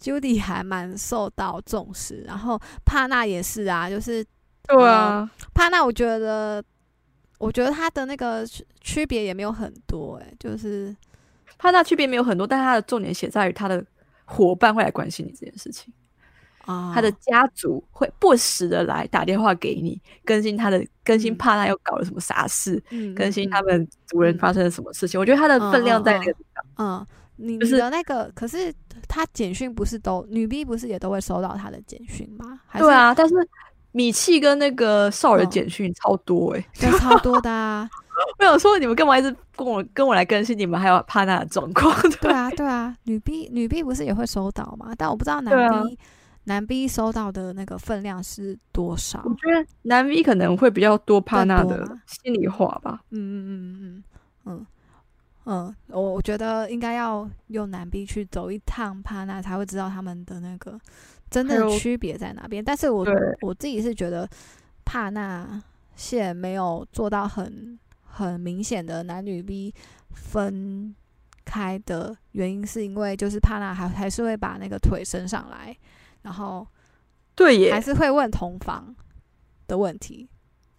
Speaker 4: Judy 还蛮受到重视，然后帕纳也是啊，就是
Speaker 2: 对啊，
Speaker 4: 帕纳，我觉得我觉得他的那个区区别也没有很多、欸，就是。
Speaker 2: 他那区别没有很多，但他的重点写在于他的伙伴会来关心你这件事情，
Speaker 4: 啊
Speaker 2: 他的家族会不时的来打电话给你，更新他的更新
Speaker 4: 嗯
Speaker 2: 帕纳又搞了什么傻事，
Speaker 4: 嗯
Speaker 2: 更新
Speaker 4: 嗯
Speaker 2: 他们族人
Speaker 4: 嗯
Speaker 2: 发生了什么事情。我觉得他的分量在那个地方，
Speaker 4: 嗯，你
Speaker 2: 就
Speaker 4: 你
Speaker 2: 是
Speaker 4: 的那个，可是他简讯不是都女 B 不是也都会收到他的简讯吗？还是
Speaker 2: 对，啊啊，但是米奇跟那个少儿
Speaker 4: 嗯
Speaker 2: 简讯超多哎、
Speaker 4: 对，超多的啊。
Speaker 2: *laughs*
Speaker 4: *laughs*
Speaker 2: 我想说，你们干嘛一直跟我跟我来更新你们还有帕娜的状况？ *laughs*
Speaker 4: 对啊，对啊，女 B 女 B 不是也会收到吗？但我不知道男
Speaker 2: 对啊
Speaker 4: B、男 B 收到的那个分量是多少。
Speaker 2: 我觉得男 V 可能会比较多帕娜
Speaker 4: 更多啊
Speaker 2: 的
Speaker 4: 吗
Speaker 2: 心里话吧。
Speaker 4: 嗯嗯嗯嗯嗯嗯，我我觉得应该要用南逼去走一趟帕纳，才会知道他们的那个真
Speaker 2: 还
Speaker 4: 正
Speaker 2: 有
Speaker 4: 区别在哪边。但是我
Speaker 2: 对
Speaker 4: 我自己是觉得帕纳线没有做到很很明显的男女 B 分开的原因，是因为就是帕纳还还是会把那个腿伸上来，然后
Speaker 2: 对
Speaker 4: 还
Speaker 2: 耶，
Speaker 4: 是会问同房的问题。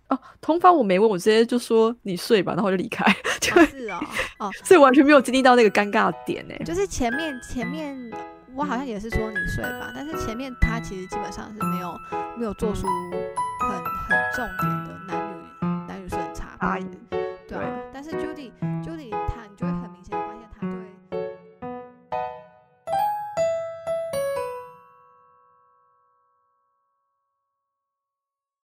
Speaker 2: 哦，同房我没问，我直接就说你睡吧，然后我就离开， *laughs* 就
Speaker 4: 哦是哦，哦，
Speaker 2: 所以完全没有经历到那个尴尬点欸呢。
Speaker 4: 就是前面前面我好像也是说你睡吧，但是前面他其实基本上是没有没有做出很很重点的男女男女生差
Speaker 2: 差
Speaker 4: 别
Speaker 2: 异，
Speaker 4: 对啊。但是 Judy Judy